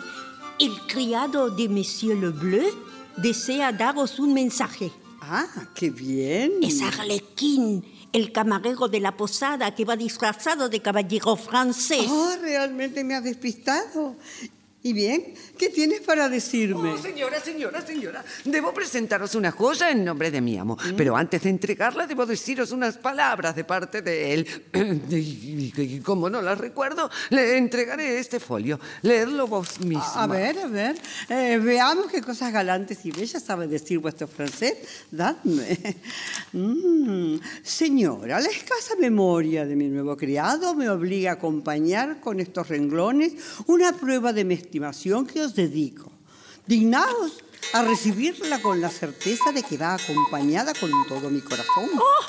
el criado de Monsieur Le Bleu desea daros un mensaje.
Ah, qué bien.
Es Arlequín, el camarero de la posada que va disfrazado de caballero francés.
Oh, realmente me has despistado. Y bien, ¿qué tienes para decirme?
Oh, señora, señora, señora, debo presentaros una joya en nombre de mi
¿Mm?
amo, pero antes de entregarla debo deciros unas palabras de parte de él. Y- y- y Como no las recuerdo, le entregaré este folio. Leedlo vos misma.
A ver, a ver, eh, veamos qué cosas galantes y bellas sabe decir vuestro francés. Dadme. Mm, Señora, la escasa memoria de mi nuevo criado me obliga a acompañar con estos renglones una prueba de mi estimación que os dedico. dignaos a recibirla con la certeza de que va acompañada con todo mi corazón.
¡Oh!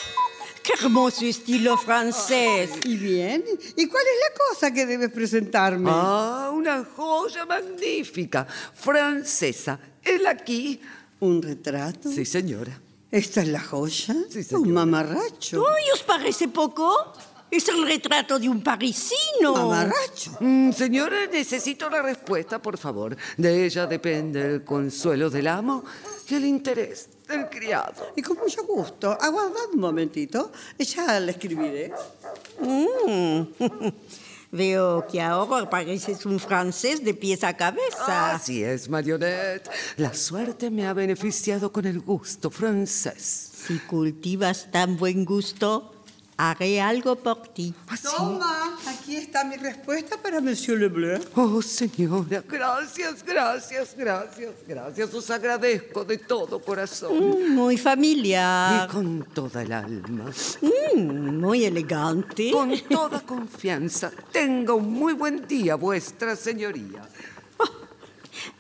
¡Qué hermoso estilo francés!
¿Y bien? ¿Y cuál es la cosa que debes presentarme?
Ah, una joya magnífica, francesa. Él aquí.
¿Un retrato?
Sí, señora.
¿Esta es la joya? Un mamarracho.
¿Uy, os parece poco? Es el retrato de un parisino.
Mamarracho.
Mm, señora, necesito la respuesta, por favor. De ella depende el consuelo del amo y el interés del criado.
Y con mucho gusto. Aguardad un momentito. Ya la escribiré.
Mm. Veo que ahora pareces un francés de pies a cabeza.
Así es, Ah, Marionette. La suerte me ha beneficiado con el gusto francés.
Si cultivas tan buen gusto, haré algo por ti.
Ah,
Toma, aquí está mi respuesta para Monsieur Leblanc.
Oh, señora, gracias, gracias, gracias, gracias. Os agradezco de todo corazón.
Mm, Muy familiar.
Y con toda el alma.
Mm, muy elegante.
Con toda confianza. Tenga un muy buen día, vuestra señoría.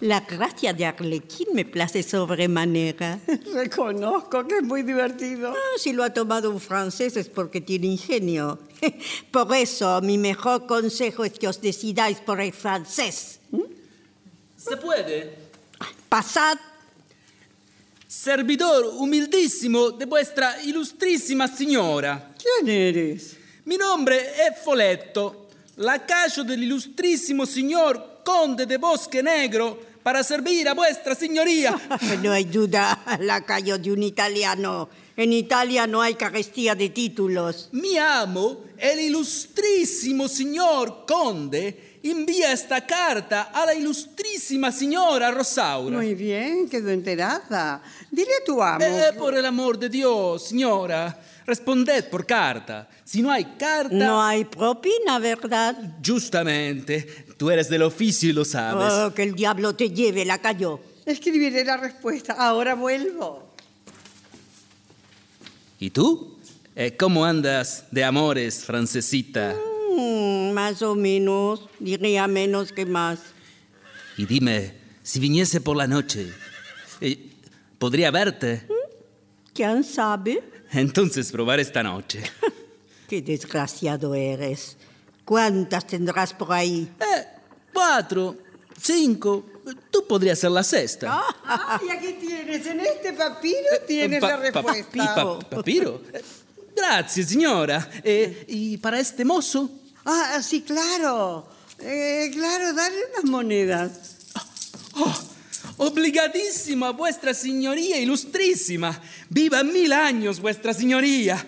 La gracia de Arlequín me place sobremanera.
Reconozco que es muy divertido.
Ah, si lo ha tomado un francés es porque tiene ingenio. Por eso, mi mejor consejo es que os decidáis por el francés.
¿Se puede?
Pasad
Servidor humildísimo de vuestra ilustrísima signora.
¿Quién eres?
Mi nombre è Foletto, lacayo del illustrissimo signor conde de Bosque Negro para servir a vuestra signoria.
No hay duda, lacayo de un italiano. En Italia no hay carestía de títulos.
Mi amo, el illustrissimo signor conde, invia esta carta alla illustrissima signora Rosaura.
Muy bien, quedó enterada. Dile a tu amo.
Eh, por el amor de Dios, señora, responded por carta. Si no hay carta...
No hay propina, ¿verdad?
Justamente, tú eres del oficio y lo sabes.
Ah.
Oh, que el diablo te lleve, lacayo.
Escribiré la respuesta. Ahora vuelvo.
¿Y tú? Eh, ¿Cómo andas de amores, francesita?
Mm, más o menos, diría menos que más.
Y dime, si viniese por la noche, eh, ¿podría verte?
¿Quién sabe?
Entonces probar esta noche.
Qué desgraciado eres. ¿Cuántas tendrás por ahí?
Eh, cuatro, cinco, tú podrías ser la
Ah.
sexta.
Ay, aquí tienes, en este papiro tienes
Eh, Pa-
la
pa- pa-
respuesta.
pa- papiro. Eh, Grazie, signora. Eh, ¿Y para este mozo?
Ah, sí, claro. Eh, claro, dale unas monedas.
Obligadísima Oh, vuestra signoría ilustrísima. Viva mil años vuestra signoría.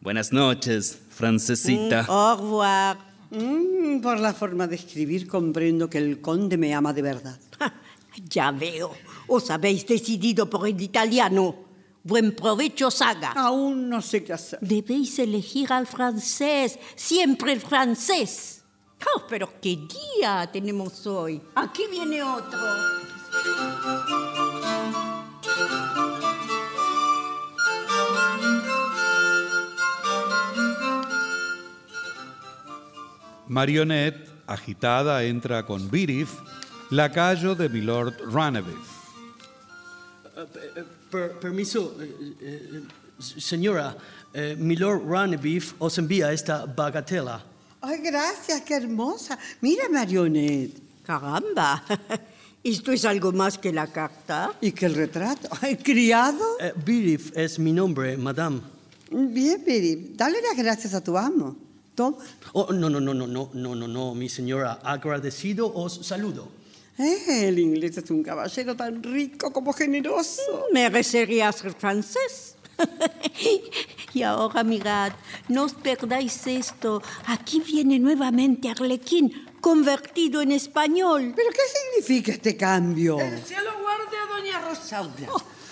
Buenas noches, francesita.
Au revoir.
Mm, por la forma de escribir comprendo que el conde me ama de verdad.
Ya veo, os habéis decidido por el italiano. Buen provecho, saga.
Aún no sé qué hacer.
Debéis elegir al francés, siempre el francés. Oh, pero qué día tenemos hoy. Aquí viene otro.
Marionette, agitada, entra con Birif, lacayo de Milord Ranevith.
Eh, Per- permiso, eh, eh, señora, eh, Milord Ranebif os envía esta bagatela.
Ay, gracias, qué hermosa. Mira, Marionette.
Caramba, esto es algo más que la carta.
Y que el retrato. Ay, criado.
Eh, Birif es mi nombre, madame.
Bien, Miri, dale las gracias a tu amo. Toma.
Oh, no, no, no, no, no, no, no, no, mi señora. Agradecido os saludo.
Eh, el inglés es un caballero tan rico como generoso.
Merecería ser francés. y ahora mirad, no os perdáis esto. Aquí viene nuevamente Arlequín, convertido en español.
¿Pero qué significa este cambio?
El cielo guarde a doña Rosaura.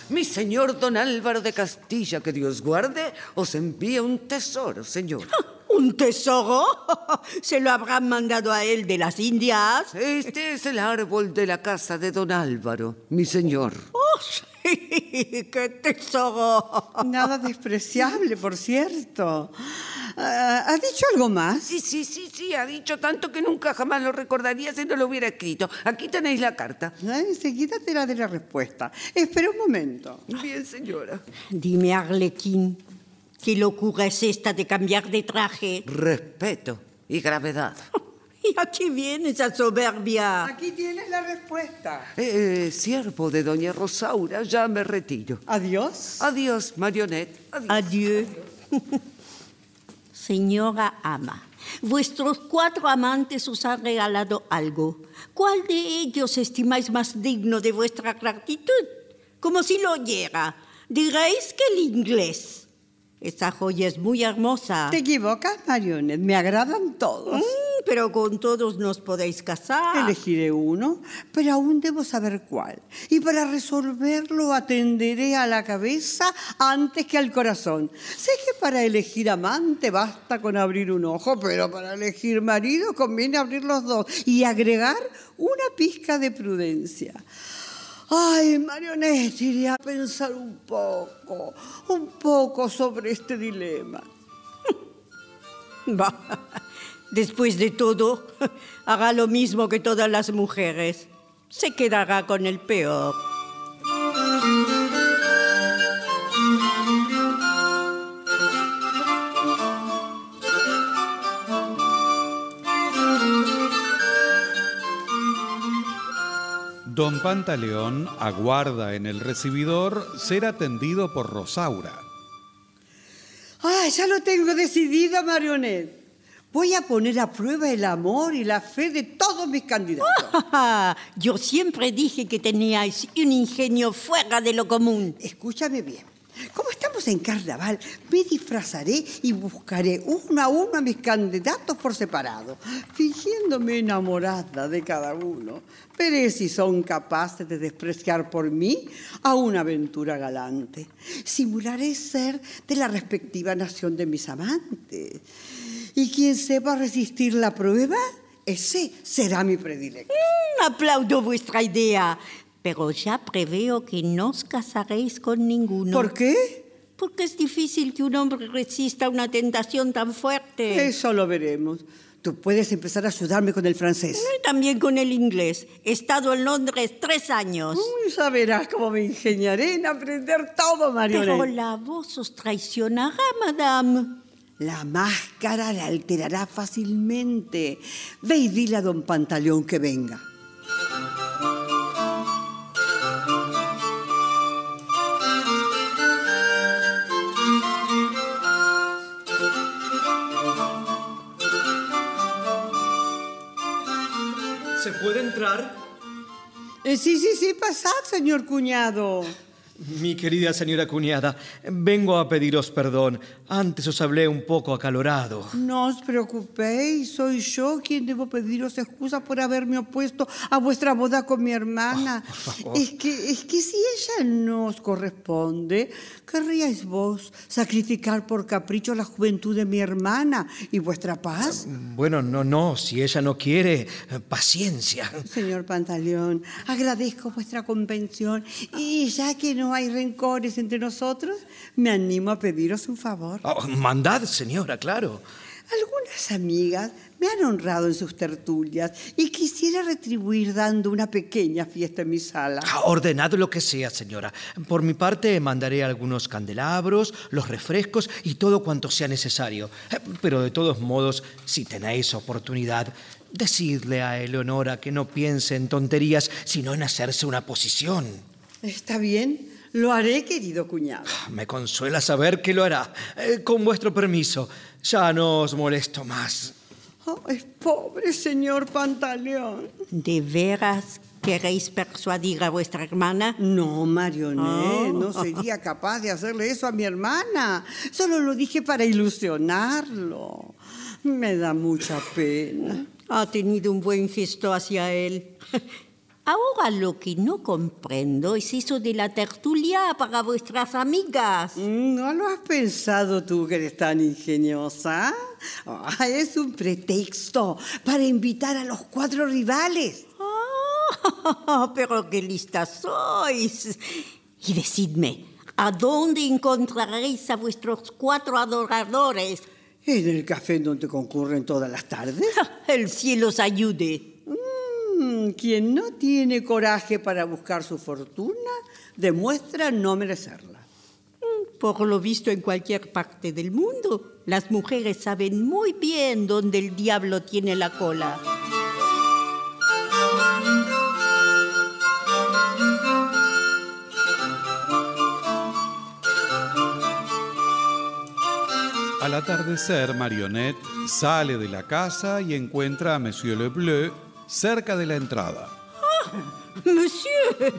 Mi señor don Álvaro de Castilla, que Dios guarde, os envía un tesoro, señor.
¿Un tesoro? Se lo habrán mandado a él de las Indias.
Este es el árbol de la casa de don Álvaro, mi señor.
¡Oh, sí! ¡Qué tesoro!
Nada despreciable, por cierto. Ah, ¿Ha dicho algo más?
Sí, sí, sí, sí, ha dicho tanto que nunca jamás lo recordaría si no lo hubiera escrito. Aquí tenéis la carta.
Eh, Enseguida te la de la respuesta. Espera un momento.
Bien, señora.
Dime, Arlequín, ¿qué locura es esta de cambiar de traje?
Respeto y gravedad.
¿Y a qué viene esa soberbia?
Aquí tienes la respuesta.
Eh, eh, siervo de doña Rosaura, ya me retiro.
Adiós.
Adiós, marionette. Adiós.
Adiós. Señora ama, vuestros cuatro amantes os han regalado algo. ¿Cuál de ellos estimáis más digno de vuestra gratitud? Como si lo oyera. Diréis que el inglés. Esa joya es muy hermosa.
Te equivocas, Marionet. Me agradan todos.
Mm, pero con todos nos podéis casar.
Elegiré uno, pero aún debo saber cuál. Y para resolverlo atenderé a la cabeza antes que al corazón. Sé que para elegir amante basta con abrir un ojo, pero para elegir marido conviene abrir los dos y agregar una pizca de prudencia. Ay, Marionette, iré a pensar un poco, un poco sobre este dilema.
Bah, Después de todo, hará lo mismo que todas las mujeres. Se quedará con el peor.
Don Pantaleón aguarda en el recibidor ser atendido por Rosaura.
Ay, ya lo tengo decidido, Marionette. Voy a poner a prueba el amor y la fe de todos mis candidatos.
Yo siempre dije que teníais un ingenio fuera de lo común.
Escúchame bien. Como estamos en carnaval, me disfrazaré y buscaré uno a uno a mis candidatos por separado, fingiéndome enamorada de cada uno. Veré si son capaces de despreciar por mí a una aventura galante. Simularé ser de la respectiva nación de mis amantes. Y quien sepa resistir la prueba, ese será mi predilecto.
Mm, aplaudo vuestra idea, pero ya preveo que no os casaréis con ninguno.
¿Por qué?
Porque es difícil que un hombre resista una tentación tan fuerte.
Eso lo veremos. Tú puedes empezar a ayudarme con el francés.
Y También con el inglés. He estado en Londres tres años.
Mm, Ya verás cómo me ingeniaré en aprender
Pero
todo, Marionette.
la voz os traicionará, madame.
La máscara la alterará fácilmente. Ve y dile a don Pantaleón que venga.
¿Se puede entrar?
Eh, sí, sí, sí, pasad, señor cuñado.
Mi querida señora cuñada, vengo a pediros perdón. Antes os hablé un poco acalorado.
No os preocupéis, soy yo quien debo pediros excusas por haberme opuesto a vuestra boda con mi hermana. es, que, es que si ella no os corresponde, querríais vos sacrificar por capricho la juventud de mi hermana y vuestra paz.
Bueno, no, no, si ella no quiere, eh, paciencia.
Señor Pantaleón, agradezco vuestra convención y ya que no hay rencores entre nosotros, me animo a pediros un favor.
Oh, mandad, señora, claro.
Algunas amigas me han honrado en sus tertulias y quisiera retribuir dando una pequeña fiesta en mi sala.
Ah, Ordenad lo que sea, señora. Por mi parte, mandaré algunos candelabros, los refrescos y todo cuanto sea necesario. Eh, Pero de todos modos, si tenéis oportunidad, decidle a Eleonora que no piense en tonterías, sino en hacerse una posición.
Está bien, lo haré, querido cuñado.
Me consuela saber que lo hará. Eh, Con vuestro permiso, ya no os molesto más.
Oh, es pobre señor Pantaleón.
¿De veras queréis persuadir a vuestra hermana? Oh.
No,
Ah.
Marionette, no sería capaz de hacerle eso a mi hermana. Solo lo dije para ilusionarlo. Me da mucha pena.
Ha tenido un buen gesto hacia él. Ahora lo que no comprendo es eso de la tertulia para vuestras amigas.
Mm, ¿No lo has pensado tú que eres tan ingeniosa? Ah, es un pretexto para invitar a los cuatro rivales.
Ah, pero qué lista sois. Y decidme, ¿a dónde encontraréis a vuestros cuatro adoradores?
En el café en donde concurren todas las tardes.
El cielo os ayude.
Mm, quien no tiene coraje para buscar su fortuna demuestra no merecerla.
Por lo visto en cualquier parte del mundo, las mujeres saben muy bien dónde el diablo tiene la cola.
Al atardecer, Marionette sale de la casa y encuentra a Monsieur Le Bleu cerca de la entrada.
Ah, Monsieur,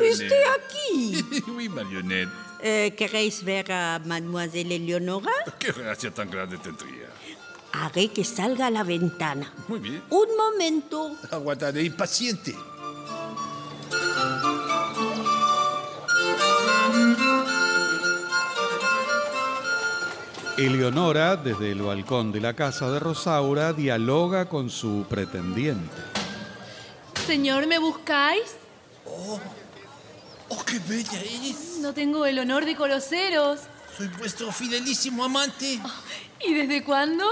estoy aquí.
Oui, Marionette.
Eh, ¿Queréis ver a Mademoiselle Eleonora?
Qué gracia tan grande tendría.
Haré que salga a la ventana.
Muy bien.
Un momento.
Aguardaré impaciente.
Eleonora, desde el balcón de la casa de Rosaura, dialoga con su pretendiente.
Señor, ¿me buscáis?
¡Oh, qué bella es!
No tengo el honor de conoceros.
Soy vuestro fidelísimo amante.
¿Y desde cuándo?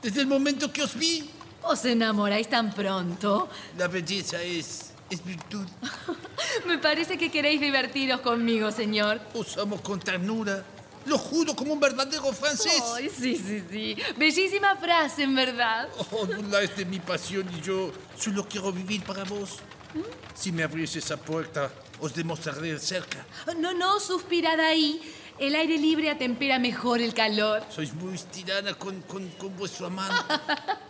Desde el momento que os vi.
¿Os enamoráis tan pronto?
La belleza es. es virtud.
Me parece que queréis divertiros conmigo, señor.
Os amo Oh, con ternura. Lo juro como un verdadero francés.
Ay, sí, sí, sí. Bellísima frase, en verdad.
Oh, burláis de mi pasión y yo solo quiero vivir para vos. Si me abrís esa puerta, os demostraré de cerca.
No, no, suspirad ahí. El aire libre atempera mejor el calor.
Sois muy tirana con, con, con vuestro amante.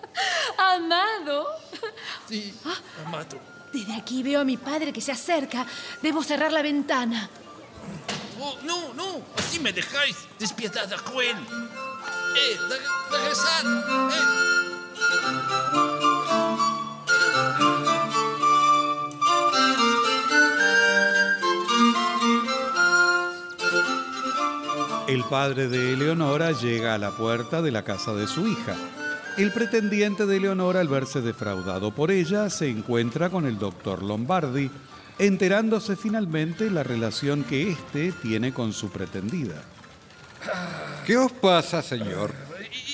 Amado.
Sí, amado.
Desde aquí veo a mi padre que se acerca. Debo cerrar la ventana.
Oh, no, no, así me dejáis, despiadada cruel. ¡Eh, re- regresad! ¡Eh!
El padre de Eleonora llega a la puerta de la casa de su hija. El pretendiente de Eleonora, al verse defraudado por ella, se encuentra con el doctor Lombardi, enterándose finalmente la relación que éste tiene con su pretendida.
¿Qué os pasa, señor?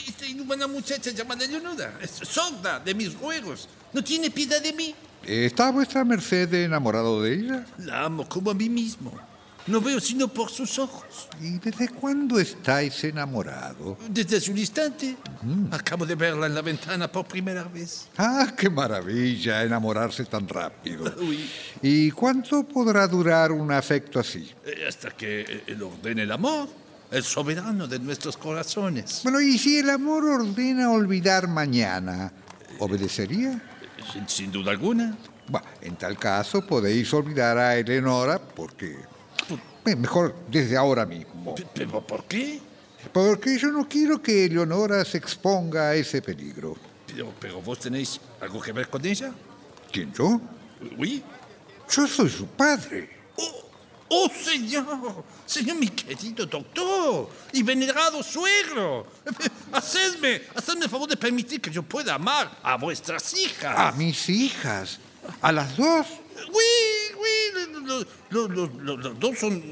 Esta inhumana muchacha llamada Leonuda es sorda de mis ruegos. No tiene piedad de mí.
¿Está vuestra merced enamorado de ella?
La amo como a mí mismo. No veo sino por sus ojos.
¿Y desde cuándo estáis enamorado?
Desde hace un instante. Acabo de verla en la ventana por primera vez.
Ah, qué maravilla enamorarse tan rápido.
Uy,
¿Y cuánto podrá durar un afecto así?
Eh, Hasta que eh, él ordene el amor, el soberano de nuestros corazones.
Bueno, ¿y si el amor ordena olvidar mañana? ¿Obedecería?
Sin, sin duda alguna.
Bah, en tal caso podéis olvidar a Eleonora porque... eh, Mejor desde ahora mismo.
¿Pero por qué?
Porque yo no quiero que Eleonora se exponga a ese peligro.
Pero, pero vos tenéis algo que ver con ella.
¿Quién yo?
Oui.
Yo soy su padre.
¡Oh, señor! Señor, mi querido doctor y venerado suegro. Hacedme, hacedme el favor de permitir que yo pueda amar a vuestras hijas.
A mis hijas. A las dos.
Oui, oui, lo- lo- lo- lo- lo- los dos son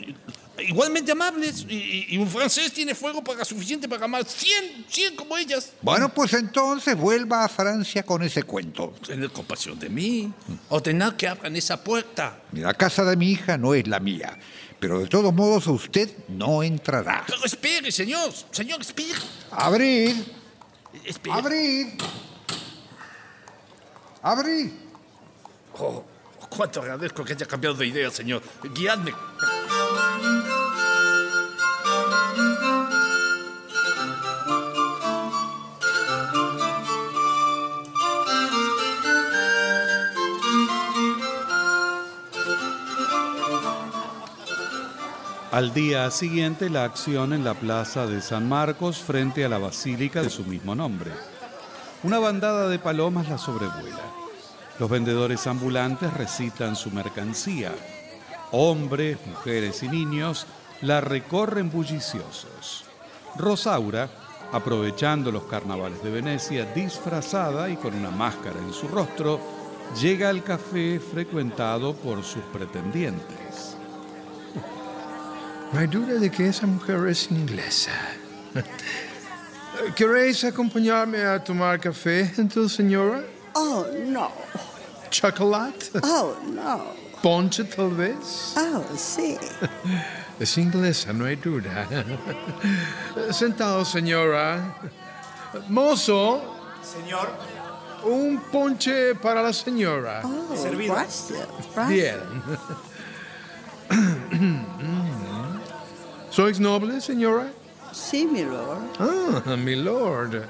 igualmente amables y, y- y un francés tiene fuego para suficiente para amar 100, 100 como ellas.
Bueno, pues entonces vuelva a Francia con ese cuento.
Tener compasión de mí, ordenar que abran esa puerta.
La casa de mi hija no es la mía. Pero de todos modos usted no entrará.
Pero espere, señor, señor, espere.
Abrid.
espere.
Abrid. Abrid.
Oh, cuánto agradezco que haya cambiado de idea, señor. Guiadme.
Al día siguiente, la acción en la plaza de San Marcos frente a la basílica de su mismo nombre. Una bandada de palomas la sobrevuela. Los vendedores ambulantes recitan su mercancía. Hombres, mujeres y niños la recorren bulliciosos. Rosaura, aprovechando los carnavales de Venecia, disfrazada y con una máscara en su rostro, llega al café frecuentado por sus pretendientes.
No hay duda de que esa mujer es inglesa. ¿Queréis acompañarme a tomar café, entonces, señora?
Oh, no.
¿Chocolate?
Oh, no.
¿Ponche, tal vez?
Oh, sí.
Es inglesa, no hay duda. Sentado, señora. Mozo.
Señor.
Un ponche para la señora.
Oh,
Servido.
gracias, gracias.
Bien. ¿Sois noble, señora?
Sí, mi lord.
Ah, mi lord.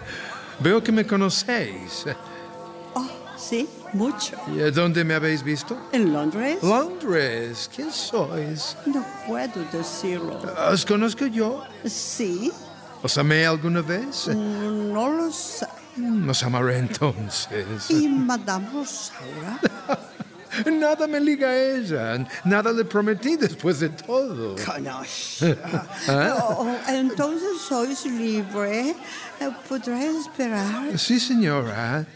Veo que me conocéis.
Oh, sí, mucho.
¿Y a dónde me habéis visto?
¿En Londres?
Londres. ¿Quién sois?
No puedo decirlo.
¿Os conozco yo?
Sí,
¿Os amé alguna vez?
no lo sé.
Os amaré entonces.
¿Y Madame Rosaura?
Nada me liga a ella. Nada le prometí después de todo. ¿Ah?
Oh, entonces sois libre. Eh, Podré esperar.
Sí, señora.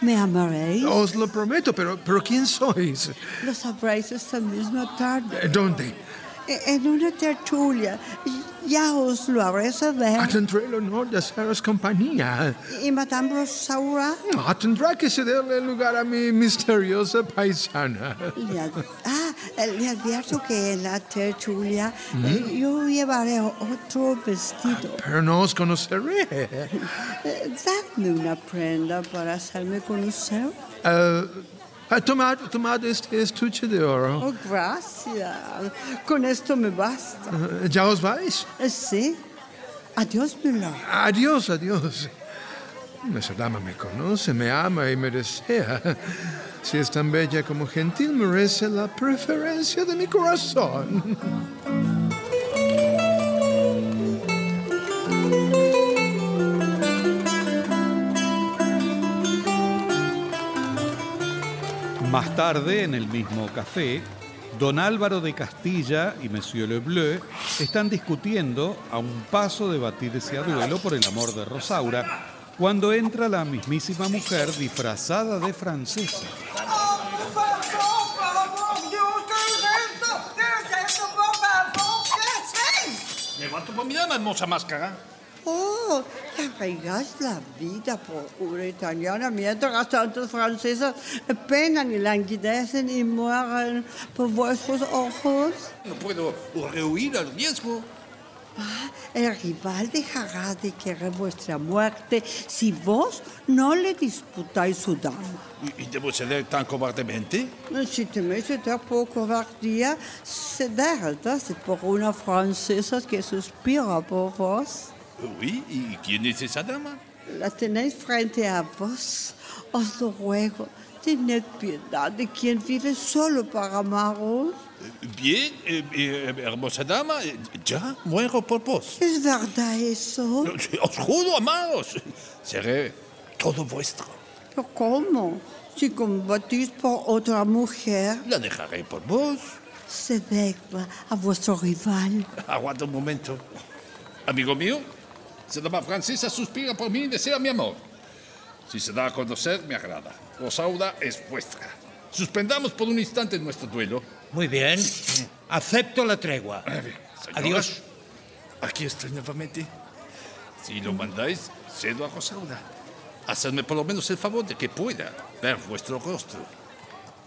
Me amaréis.
Os lo prometo, pero, pero ¿quién sois? Eh,
Lo sabréis esta misma tarde.
¿Dónde?
E- En una tertulia. Ya os lo haré saber.
Ah, Tendré el honor de haceros compañía.
¿Y Madame Rosaura?
Ah, Tendrá que cederle lugar a mi misteriosa paisana.
Le ad- ah, le advierto que en la tertulia
Mm.
eh, yo llevaré otro vestido.
Pero no os conoceré.
Eh, Dadme una prenda para hacerme conocer.
Ah, ah, tomad, tomad este estuche de oro.
Oh, gracias. Con esto me basta.
Ah, ¿Ya os vais?
Eh, Sí. Adiós, Milo.
Adiós, adiós. Esa dama me conoce, me ama y me desea. Si es tan bella como gentil, merece la preferencia de mi corazón.
Más tarde, en el mismo café, don Álvaro de Castilla y Monsieur Le Bleu están discutiendo a un paso de batirse a duelo por el amor de Rosaura cuando entra la mismísima mujer disfrazada de francesa.
Levanto por mi dama, hermosa máscara.
Oh, te arruinas la vida por una italiana mientras tantos franceses penan y languidecen y mueren por vuestros ojos.
No puedo rehuir al riesgo.
Ah, el rival dejará de querer vuestra muerte si vos no le disputáis su dama.
¿Y, y debo ceder tan cobardemente?
Si teméis estar por cobardía, ceder entonces por una francesa que suspira por vos.
Oui, ¿y quién es esa dama?
La tenéis frente a vos. Os lo ruego, tened piedad de quien vive solo para amaros.
Bien, eh, eh, hermosa dama, eh, ya muero por vos.
¿Es verdad eso?
Os juro, amados, seré todo vuestro.
¿Pero cómo? Si combatís por otra mujer,
La dejaré por vos.
ceded a vuestro rival.
Aguarda un momento. Amigo mío, esa dama francesa suspira por mí y desea mi amor. Si se da a conocer, me agrada. Rosauda es vuestra. Suspendamos por un instante nuestro duelo. Eh,
Muy bien. Acepto la tregua. Adiós.
Aquí estoy nuevamente. Si lo mandáis, cedo a Rosauda. Hacedme por lo menos el favor de que pueda ver vuestro rostro.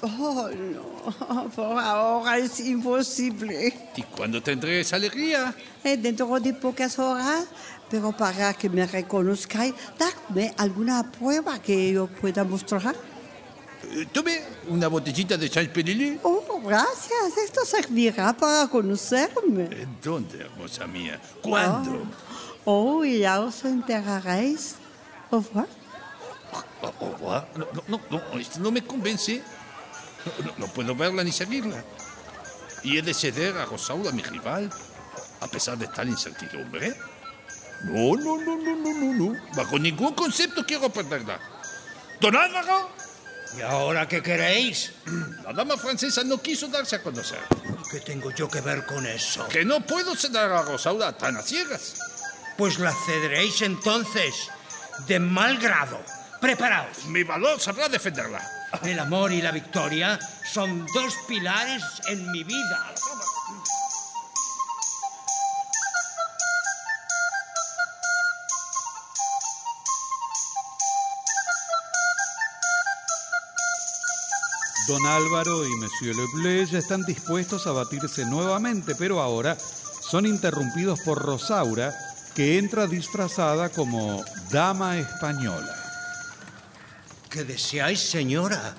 Oh, no, por ahora es imposible.
¿Y cuándo tendré esa alegría?
Eh, dentro de pocas horas, pero para que me reconozcáis, dadme alguna prueba que yo pueda mostrar.
Eh, Tome una botellita de Champelilé.
Oh, gracias. Esto servirá para conocerme.
¿Dónde, hermosa mía? ¿Cuándo?
Oh, y ya os enteraréis. Au revoir.
Oh, oh, ah, no, no, no, no, esto no me convence. No, no- no puedo verla ni seguirla. Y he de ceder a Rosaura, mi rival, a pesar de tal incertidumbre. No, no, no, no, no, no, no. Bajo ningún concepto quiero perderla. Don Álvaro,
¿Y ahora qué queréis?
la dama francesa no quiso darse a conocer.
¿Qué tengo yo que ver con eso?
Que no puedo ceder a Rosaura tan a ciegas.
Pues la cederéis entonces, de mal grado. Preparaos.
Mi valor sabrá defenderla.
El amor y la victoria son dos pilares en mi vida.
Don Álvaro y Monsieur Leblé ya están dispuestos a batirse nuevamente, pero ahora son interrumpidos por Rosaura, que entra disfrazada como dama española.
¿Qué deseáis, señora?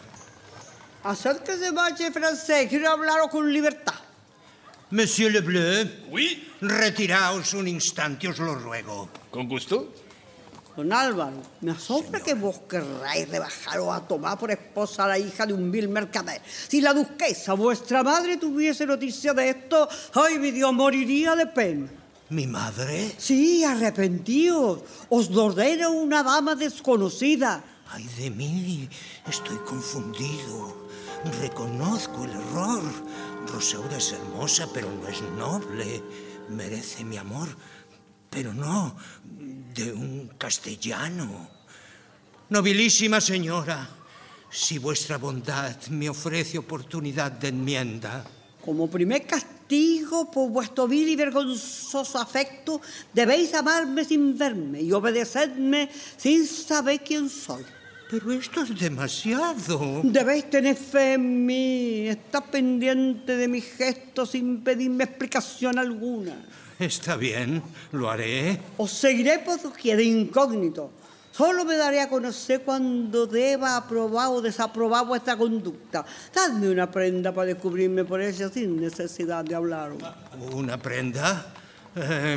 Acérquese, valle francés, quiero hablaros con libertad.
Monsieur Lebleu. Oui. Retiraos un instante, os lo ruego.
Con gusto.
Don Álvaro, me asombra que vos querráis rebajaros a tomar por esposa a la hija de un vil mercader. Si la duquesa, vuestra madre, tuviese noticia de esto, ay, mi Dios, moriría de pena.
¿Mi madre?
Sí, arrepentíos. Os lo ordena una dama desconocida.
Ay de mí, estoy confundido. Reconozco el error. Rosaura es hermosa, pero no es noble. Merece mi amor, pero no de un castellano. Nobilísima señora, si vuestra bondad me ofrece oportunidad de enmienda.
Como primer castigo por vuestro vil y vergonzoso afecto, debéis amarme sin verme y obedecedme sin saber quién soy.
Pero esto es demasiado.
Debéis tener fe en mí, estar pendiente de mis gestos sin pedirme explicación alguna.
Está bien, lo haré.
Os seguiré por doquier de incógnito. Solo me daré a conocer cuando deba aprobar o desaprobar vuestra conducta. Dadme una prenda para descubrirme por ella sin necesidad de hablaros.
¿Una prenda? Eh,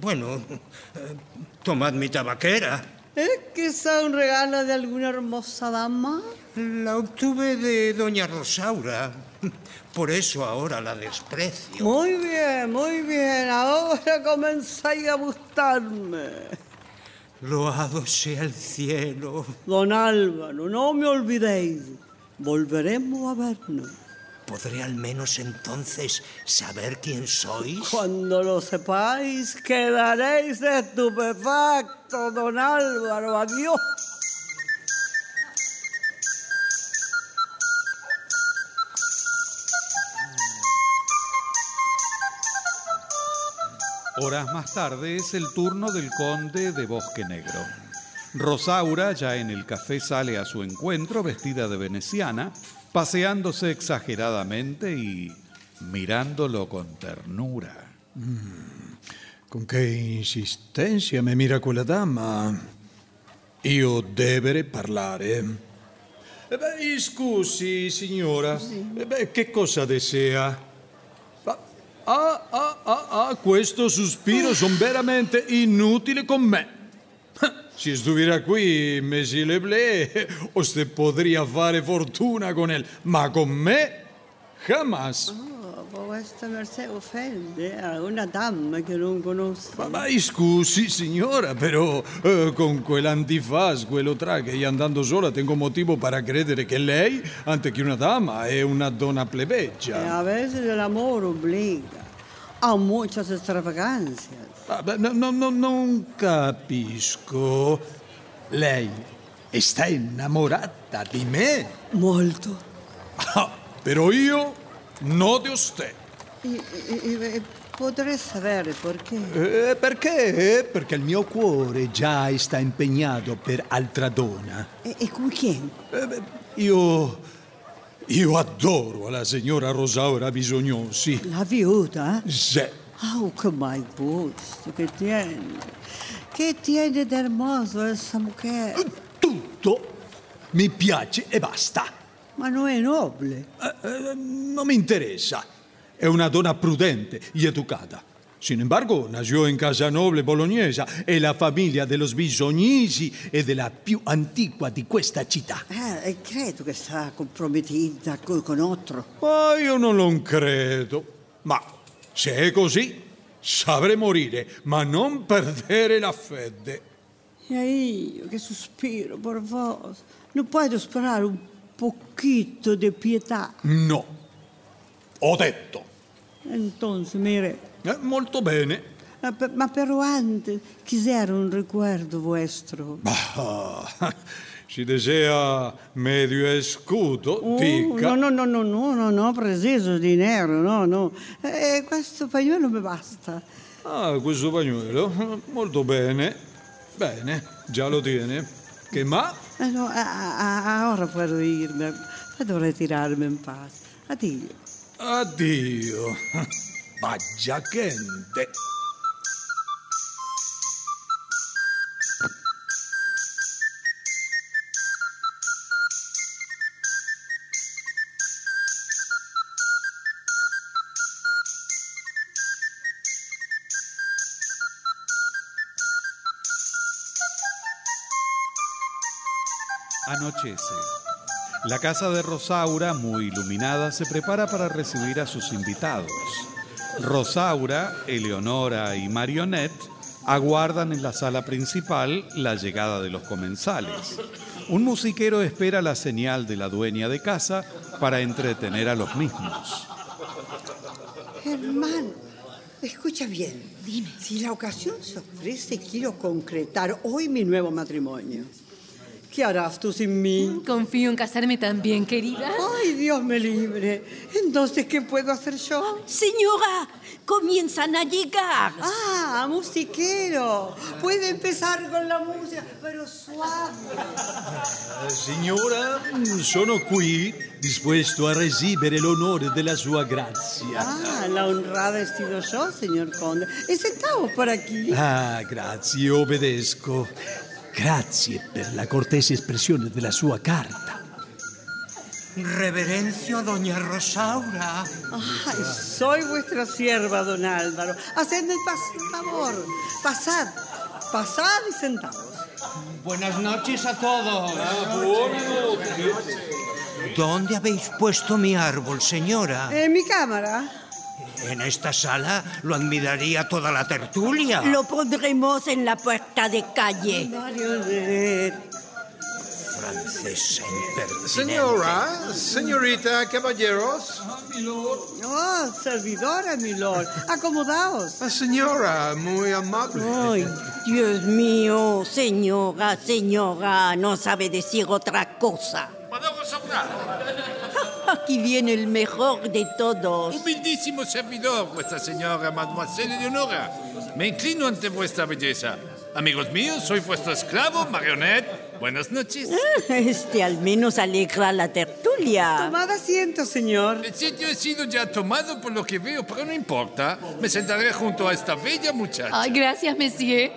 bueno, eh, tomad mi tabaquera.
¿Es quizá un regalo de alguna hermosa dama?
La obtuve de doña Rosaura. Por eso ahora la desprecio.
Muy bien, muy bien. Ahora comenzáis a gustarme.
Loado sea el cielo.
Don Álvaro, no me olvidéis. Volveremos a vernos.
¿Podré al menos entonces saber quién sois?
Cuando lo sepáis, quedaréis estupefacto, don Álvaro. Adiós.
Horas más tarde es el turno del conde de Bosque Negro. Rosaura, ya en el café, sale a su encuentro vestida de veneciana, paseándose exageradamente y mirándolo con ternura.
Mm,
Con qué insistenza me mira quella dama. Io deberé parlare.
Eh beh, scusi, signora. Eh beh, che cosa desea? Ah, ah, ah, ah, questo sospiro son veramente inutile con me. Se estuviera qui, Messi Leblé, usted podría fare fortuna con él, ma con me, jamás.
Oh, por vuestra merced ofende a una dama que no conozco.
Ma scusi signora, però eh, con quell'antifaz, quello track e andando sola tengo motivo per credere che lei, anche che una dama, è una donna plebeggia.
a veces el amor obliga a muchas extravagancias.
Ah, beh, no, no, no, non capisco. Lei sta innamorata di me?
Molto.
Ah, però io no di usted.
Y, y- y- podré saber por qué.
Eh, perché? Perché il mio cuore già sta impegnato per altra donna.
¿Y, y con quién?
Eh, Io. Io adoro la signora Rosaura Bisognosi.
La viuda.
Sì.
Oh, qué mal gusto que tiene. ¿Qué tiene de hermoso esa mujer?
Mi piace e basta.
Ma non è nobile.
Eh, eh, non mi interessa.
È una donna prudente e educata. Sin embargo, nació in casa noble bolognese e la famiglia dello Bisognisi è della più antica di questa città.
Eh, e credo che sarà compromettita co- con altro.
Ma io non lo credo. Ma se è così, saprei morire, ma non perdere la fede.
E io che sospiro per voi. Non puedo sperare un pochito di pietà.
No. Ho detto.
Entonces, mire,
Eh, molto bene.
eh, per- ma però antes quisiera un ricordo vostro.
Ah, si desea medio escudo,
Oh,
dica.
no, no, no, no, no, no, no, preciso dinero, no, no. Eh, questo paglione mi basta.
Ah, questo bagnolo. Molto bene. Bene, già lo tiene. Che ma?
Eh, no, a- a- a- ahora puedo irme. Puedo retirarme en paz. Addio.
Addio. Vaggia gente.
Anochece. La casa de Rosaura, muy iluminada, se prepara para recibir a sus invitados. Rosaura, Eleonora y Marionette aguardan en la sala principal la llegada de los comensales. Un musiquero espera la señal de la dueña de casa para entretener a los mismos.
Hermano, escucha bien. Dime. Si la ocasión se ofrece, quiero concretar hoy mi nuevo matrimonio. ¿Qué harás tú sin mí?
Confío en casarme también, querida.
Ay, Dios me libre. Entonces, ¿qué puedo hacer yo?
Señora, comienzan a llegar.
Ah, musiquero. Puede empezar con la música, pero suave.
Eh, Signora, sono qui disposto a ricevere l'onore della sua grazia.
Ah, la honrada he sido yo, señor conde. He sentado por aquí.
Ah, grazie, obbedisco. Grazie per la cortese espressione della sua carta.
Reverencio, doña Rosaura.
Ay, soy vuestra sierva, don Álvaro. Hacedme el pas- favor. Pasad, pasad y sentaos.
Buenas noches a todos.
¿Dónde habéis puesto mi árbol,
Ah.
señora?
Eh, mi cámara.
En esta sala lo admiraría toda la tertulia.
Lo pondremos en la puerta de calle.
Francesa impertinente.
Señora, señorita, caballeros.
Oh, servidora, mi lord. Acomodaos.
Señora, muy amable.
Ay, Dios mío, señora, señora, no sabe decir otra cosa. Aquí viene el mejor de todos.
Humildísimo servidor, vuestra señora Mademoiselle Leonora. Me inclino ante vuestra belleza. Amigos míos, soy vuestro esclavo, Marionette. Buenas noches.
Este al menos alegra la tertulia.
Tomad asiento, señor.
El sitio ha sido ya tomado por lo que veo, pero no importa. Me sentaré junto a esta bella muchacha.
Ay, gracias, monsieur.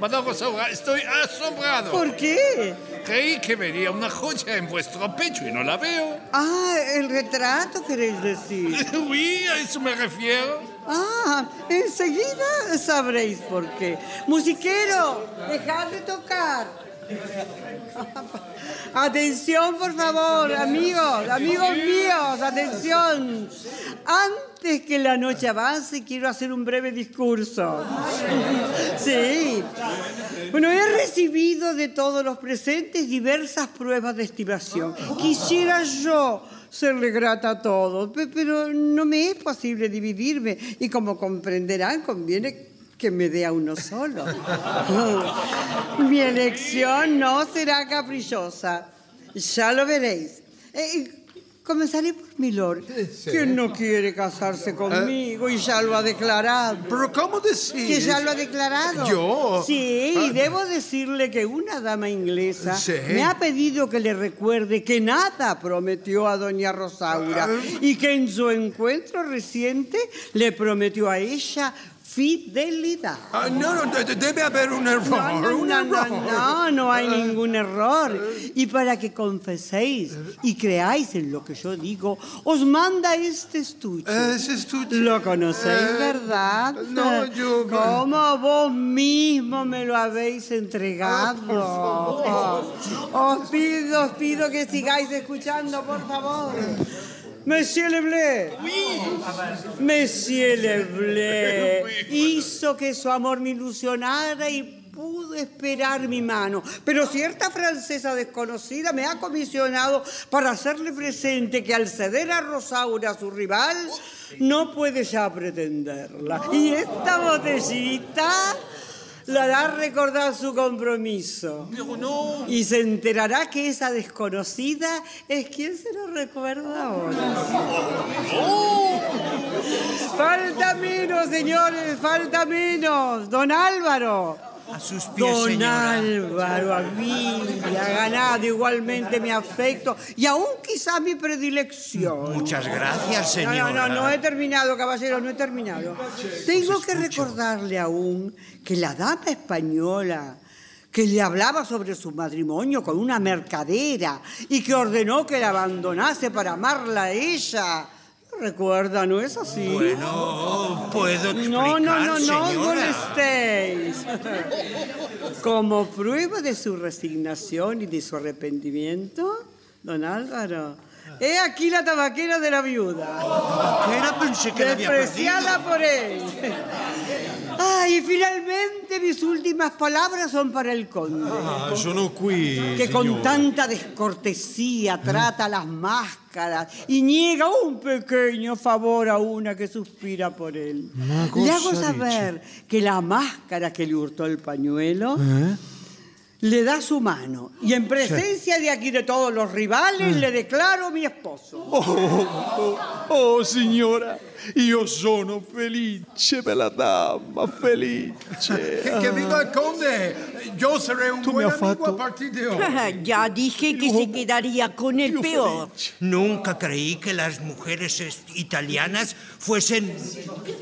Madame Rosaura, estoy asombrado.
¿Por qué?
Creí que vería una joya en vuestro pecho y no la veo.
Ah, el retrato queréis decir.
Oui, a eso me refiero.
Ah, enseguida sabréis por qué. Musiquero, dejad de tocar. Atención, por favor, amigos, amigos míos, atención. Antes que la noche avance, quiero hacer un breve discurso. Sí. Bueno, he recibido de todos los presentes diversas pruebas de estimación. Quisiera yo serle grata a todos, pe- pero no me es posible dividirme y como comprenderán, conviene que me dé a uno solo. Mi elección no será caprichosa. Ya lo veréis. Eh, comenzaré por mi lord, que no quiere casarse conmigo y ya lo ha declarado.
Eh, Pero ¿cómo decís?
Que ya lo ha declarado.
¿Yo?
Sí,
Ah.
y debo decirle que una dama inglesa
Sí.
me ha pedido que le recuerde que nada prometió a doña Rosaura
Ah.
y que en su encuentro reciente le prometió a ella fidelidad.
Ah, no, no, de- de- debe haber un error.
No, no,
un
no, no,
error.
no, no hay ningún error. Y para que confeséis y creáis en lo que yo digo, os manda este estuche.
Eh, Ese es tu-
Lo conocéis,
Eh,
¿verdad?
no, yo-
¿Cómo vos mismo me lo habéis entregado?
Ah,
Os pido, os pido que sigáis escuchando, por favor. Monsieur Leblé. Monsieur Leblé hizo que su amor me ilusionara y pudo esperar mi mano. Pero cierta francesa desconocida me ha comisionado para hacerle presente que al ceder a Rosaura, su rival, no puede ya pretenderla. Y esta botellita la hará recordar su compromiso. Y se enterará que esa desconocida es quien se lo recuerda ahora. Falta menos, señores, falta menos. Don Álvaro,
a sus pies,
Don
señora.
Álvaro Avila ha ganado igualmente mi afecto y aún quizás mi predilección.
Muchas gracias,
No,
señora.
No, no, no he terminado, caballero, no he terminado. Tengo que recordarle aún que la dama española que le hablaba sobre su matrimonio con una mercadera y que ordenó que la abandonase para amarla a ella. ¿Lo Recuerda, ¿no es así?
Bueno, Oh, puedo explicar,
No, no, no, no, os
señora.
molestéis. Como prueba de su resignación y de su arrepentimiento, don Álvaro, he aquí la tabaquera de la viuda.
Tabaquera, pensé que la había
Despreciada por él. Ay, finalmente mis últimas palabras son para el conde.
Ah, sono qui.
que con
signora.
tanta descortesía trata las máscaras y niega un pequeño favor a una que suspira por él.
Ma
Le
cosa
hago
dice?
saber que la máscara que le hurtó el pañuelo
¿Eh?
le da su mano y en presencia de aquí de todos los rivales
Ah.
le declaro mi esposo.
Oh, oh, signora, io sono felice per la dama, felice.
Que,
Ah.
que viva el conde. Yo seré un buen amigo a partir de hoy.
ya dije que se quedaría con el peor.
Nunca creí que las mujeres es- italianas fuesen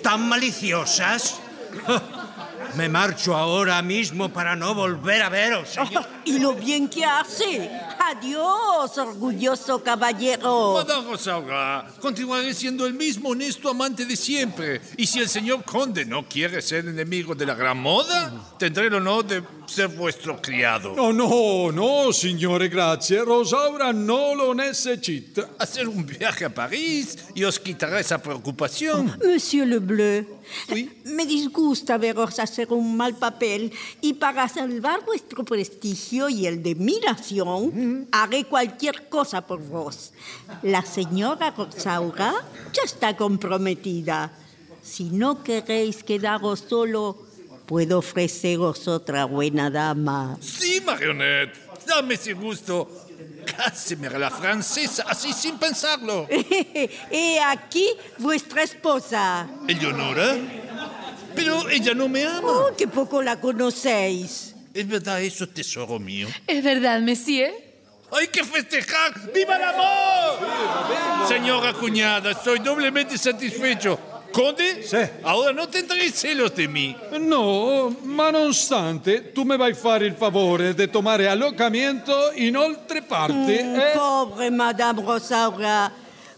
tan maliciosas. Me marcho ahora mismo para no volver a veros. señor.
Oh, Y lo bien que hace. Adiós, orgulloso caballero.
Madame Rosaura, continuaré siendo el mismo honesto amante de siempre. Y si el señor conde no quiere ser enemigo de la gran moda, tendré el honor de ser vuestro criado.
No, no, no, signore, grazie. Rosaura no lo necessita.
Hacer un viaje a París y os quitará esa preocupación.
Monsieur Le Bleu, me disgusta veros hacer un mal papel y para salvar vuestro prestigio y el de mi nación, haré cualquier cosa por vos. La señora Rosaura ya está comprometida. Si no queréis quedaros solo, puedo ofreceros otra buena dama.
Sí, marionette, dame ese gusto. Cáseme a la francesa, así sin pensarlo.
He E aquí vuestra esposa.
¿Eleonora? Pero ella no me ama.
Oh, qué poco la conocéis.
¿Es verdad eh? eso, tesoro mío?
Es verdad, monsieur.
¡Hay que festejar! ¡Viva el amor! Señora cuñada, soy doblemente satisfecho. Conde, ahora no tendréis celos de mí.
No, ma nonostante tu mi vai fare il favore di tomare allocamento in oltre parte.
Mm,
eh?
Pobre Madame Rosaura.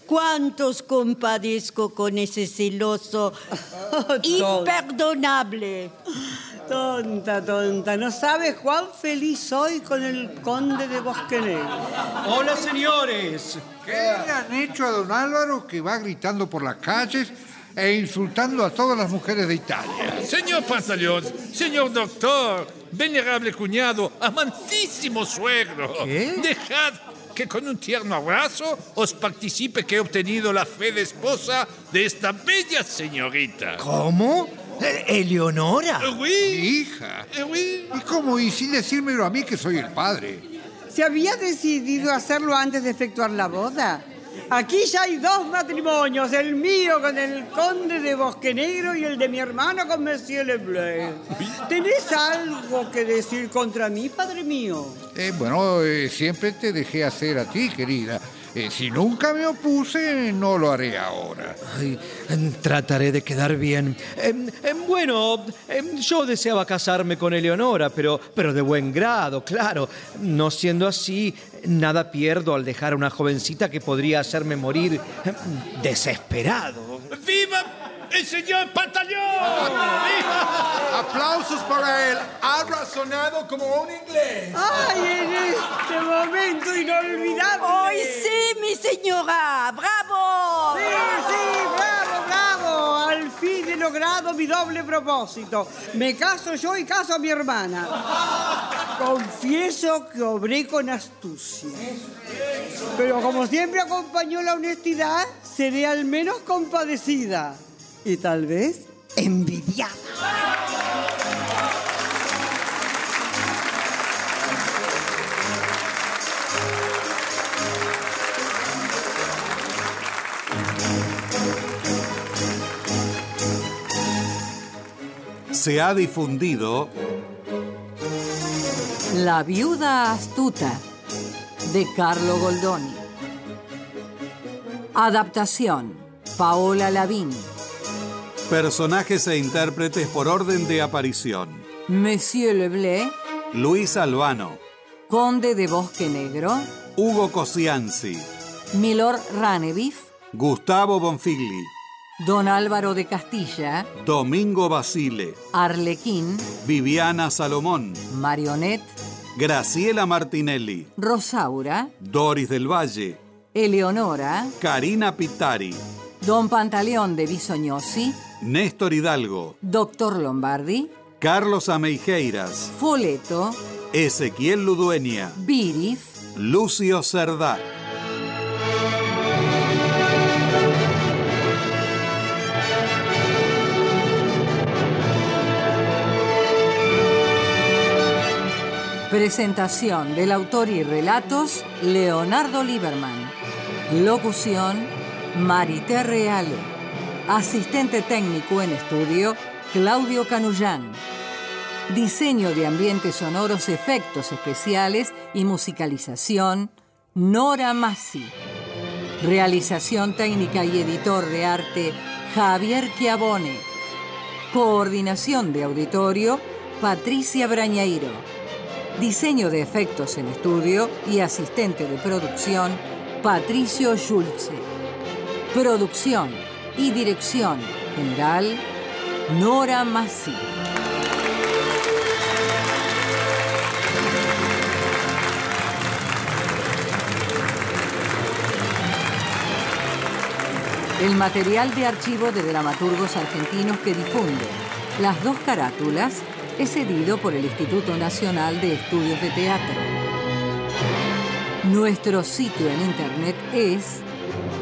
¿Cuántos compadezco con ese celoso imperdonable?
Tonta, tonta, no sabes cuán feliz soy con el conde de Bosquenegro.
Hola, señores.
¿Qué le han hecho a don Álvaro que va gritando por las calles e insultando a todas las mujeres de Italia?
Señor Pantaleón, señor doctor, venerable cuñado, amantísimo suegro. Dejad que con un tierno abrazo os participe que he obtenido la fe de esposa de esta bella señorita.
¿Cómo? Eh, Eleonora.
Mi hija.
Eh,
¿Y cómo? Y sin decírmelo a mí que soy el padre.
Se había decidido hacerlo antes de efectuar la boda. Aquí ya hay dos matrimonios, el mío con el conde de Bosquenegro y el de mi hermano con Monsieur Lebleu. ¿Tenés algo que decir contra mí, padre mío?
Eh, bueno, eh, siempre te dejé hacer a ti, querida. Eh, si nunca me opuse, no lo haré ahora.
Ay, em, trataré de quedar bien. Em, em, bueno, em, yo deseaba casarme con Eleonora, pero, pero de buen grado, claro. No siendo así, nada pierdo al dejar a una jovencita que podría hacerme morir em, desesperado.
¡Viva el señor Pantaleón! ¡Viva!
Aplausos para él. Ha razonado como un inglés.
¡Ay, en este momento inolvidable!
¡Hoy sí, mi señora! ¡Bravo!
Sí, sí, bravo, bravo. Al fin he logrado mi doble propósito. Me caso yo y caso a mi hermana. Confieso que obré con astucia. Pero como siempre acompañó la honestidad, seré al menos compadecida. Y tal vez envidiada.
Se ha difundido
La viuda astuta de Carlo Goldoni. Adaptación. Paola Lavín.
Personajes e intérpretes por orden de aparición.
Monsieur Leblé,
Luis Albano,
Conde de Bosque Negro.
Hugo Cosianzi,
Milord Ranebif,
Gustavo Bonfigli,
Don Álvaro de Castilla,
Domingo Basile,
Arlequín,
Viviana Salomón,
Marionette,
Graciela Martinelli,
Rosaura,
Doris del Valle,
Eleonora,
Karina Pitari,
Don Pantaleón de Bisoñosi,
Néstor Hidalgo,
Doctor Lombardi,
Carlos Ameijeiras,
Foleto,
Ezequiel Ludueña,
Birif,
Lucio Cerdá.
Presentación del autor y relatos, Leonardo Lieberman. Locución, Marité Reale. Asistente técnico en estudio, Claudio Canullán. Diseño de ambientes sonoros, efectos especiales y musicalización, Nora Massi. Realización técnica y editor de arte, Javier Chiavone. Coordinación de auditorio, Patricia Brañeiro. Diseño de efectos en estudio y asistente de producción, Patricio Schulze. Producción y dirección general, Nora Massi. El material de archivo de dramaturgos argentinos que difunde las dos carátulas es cedido por el Instituto Nacional de Estudios de Teatro. Nuestro sitio en internet es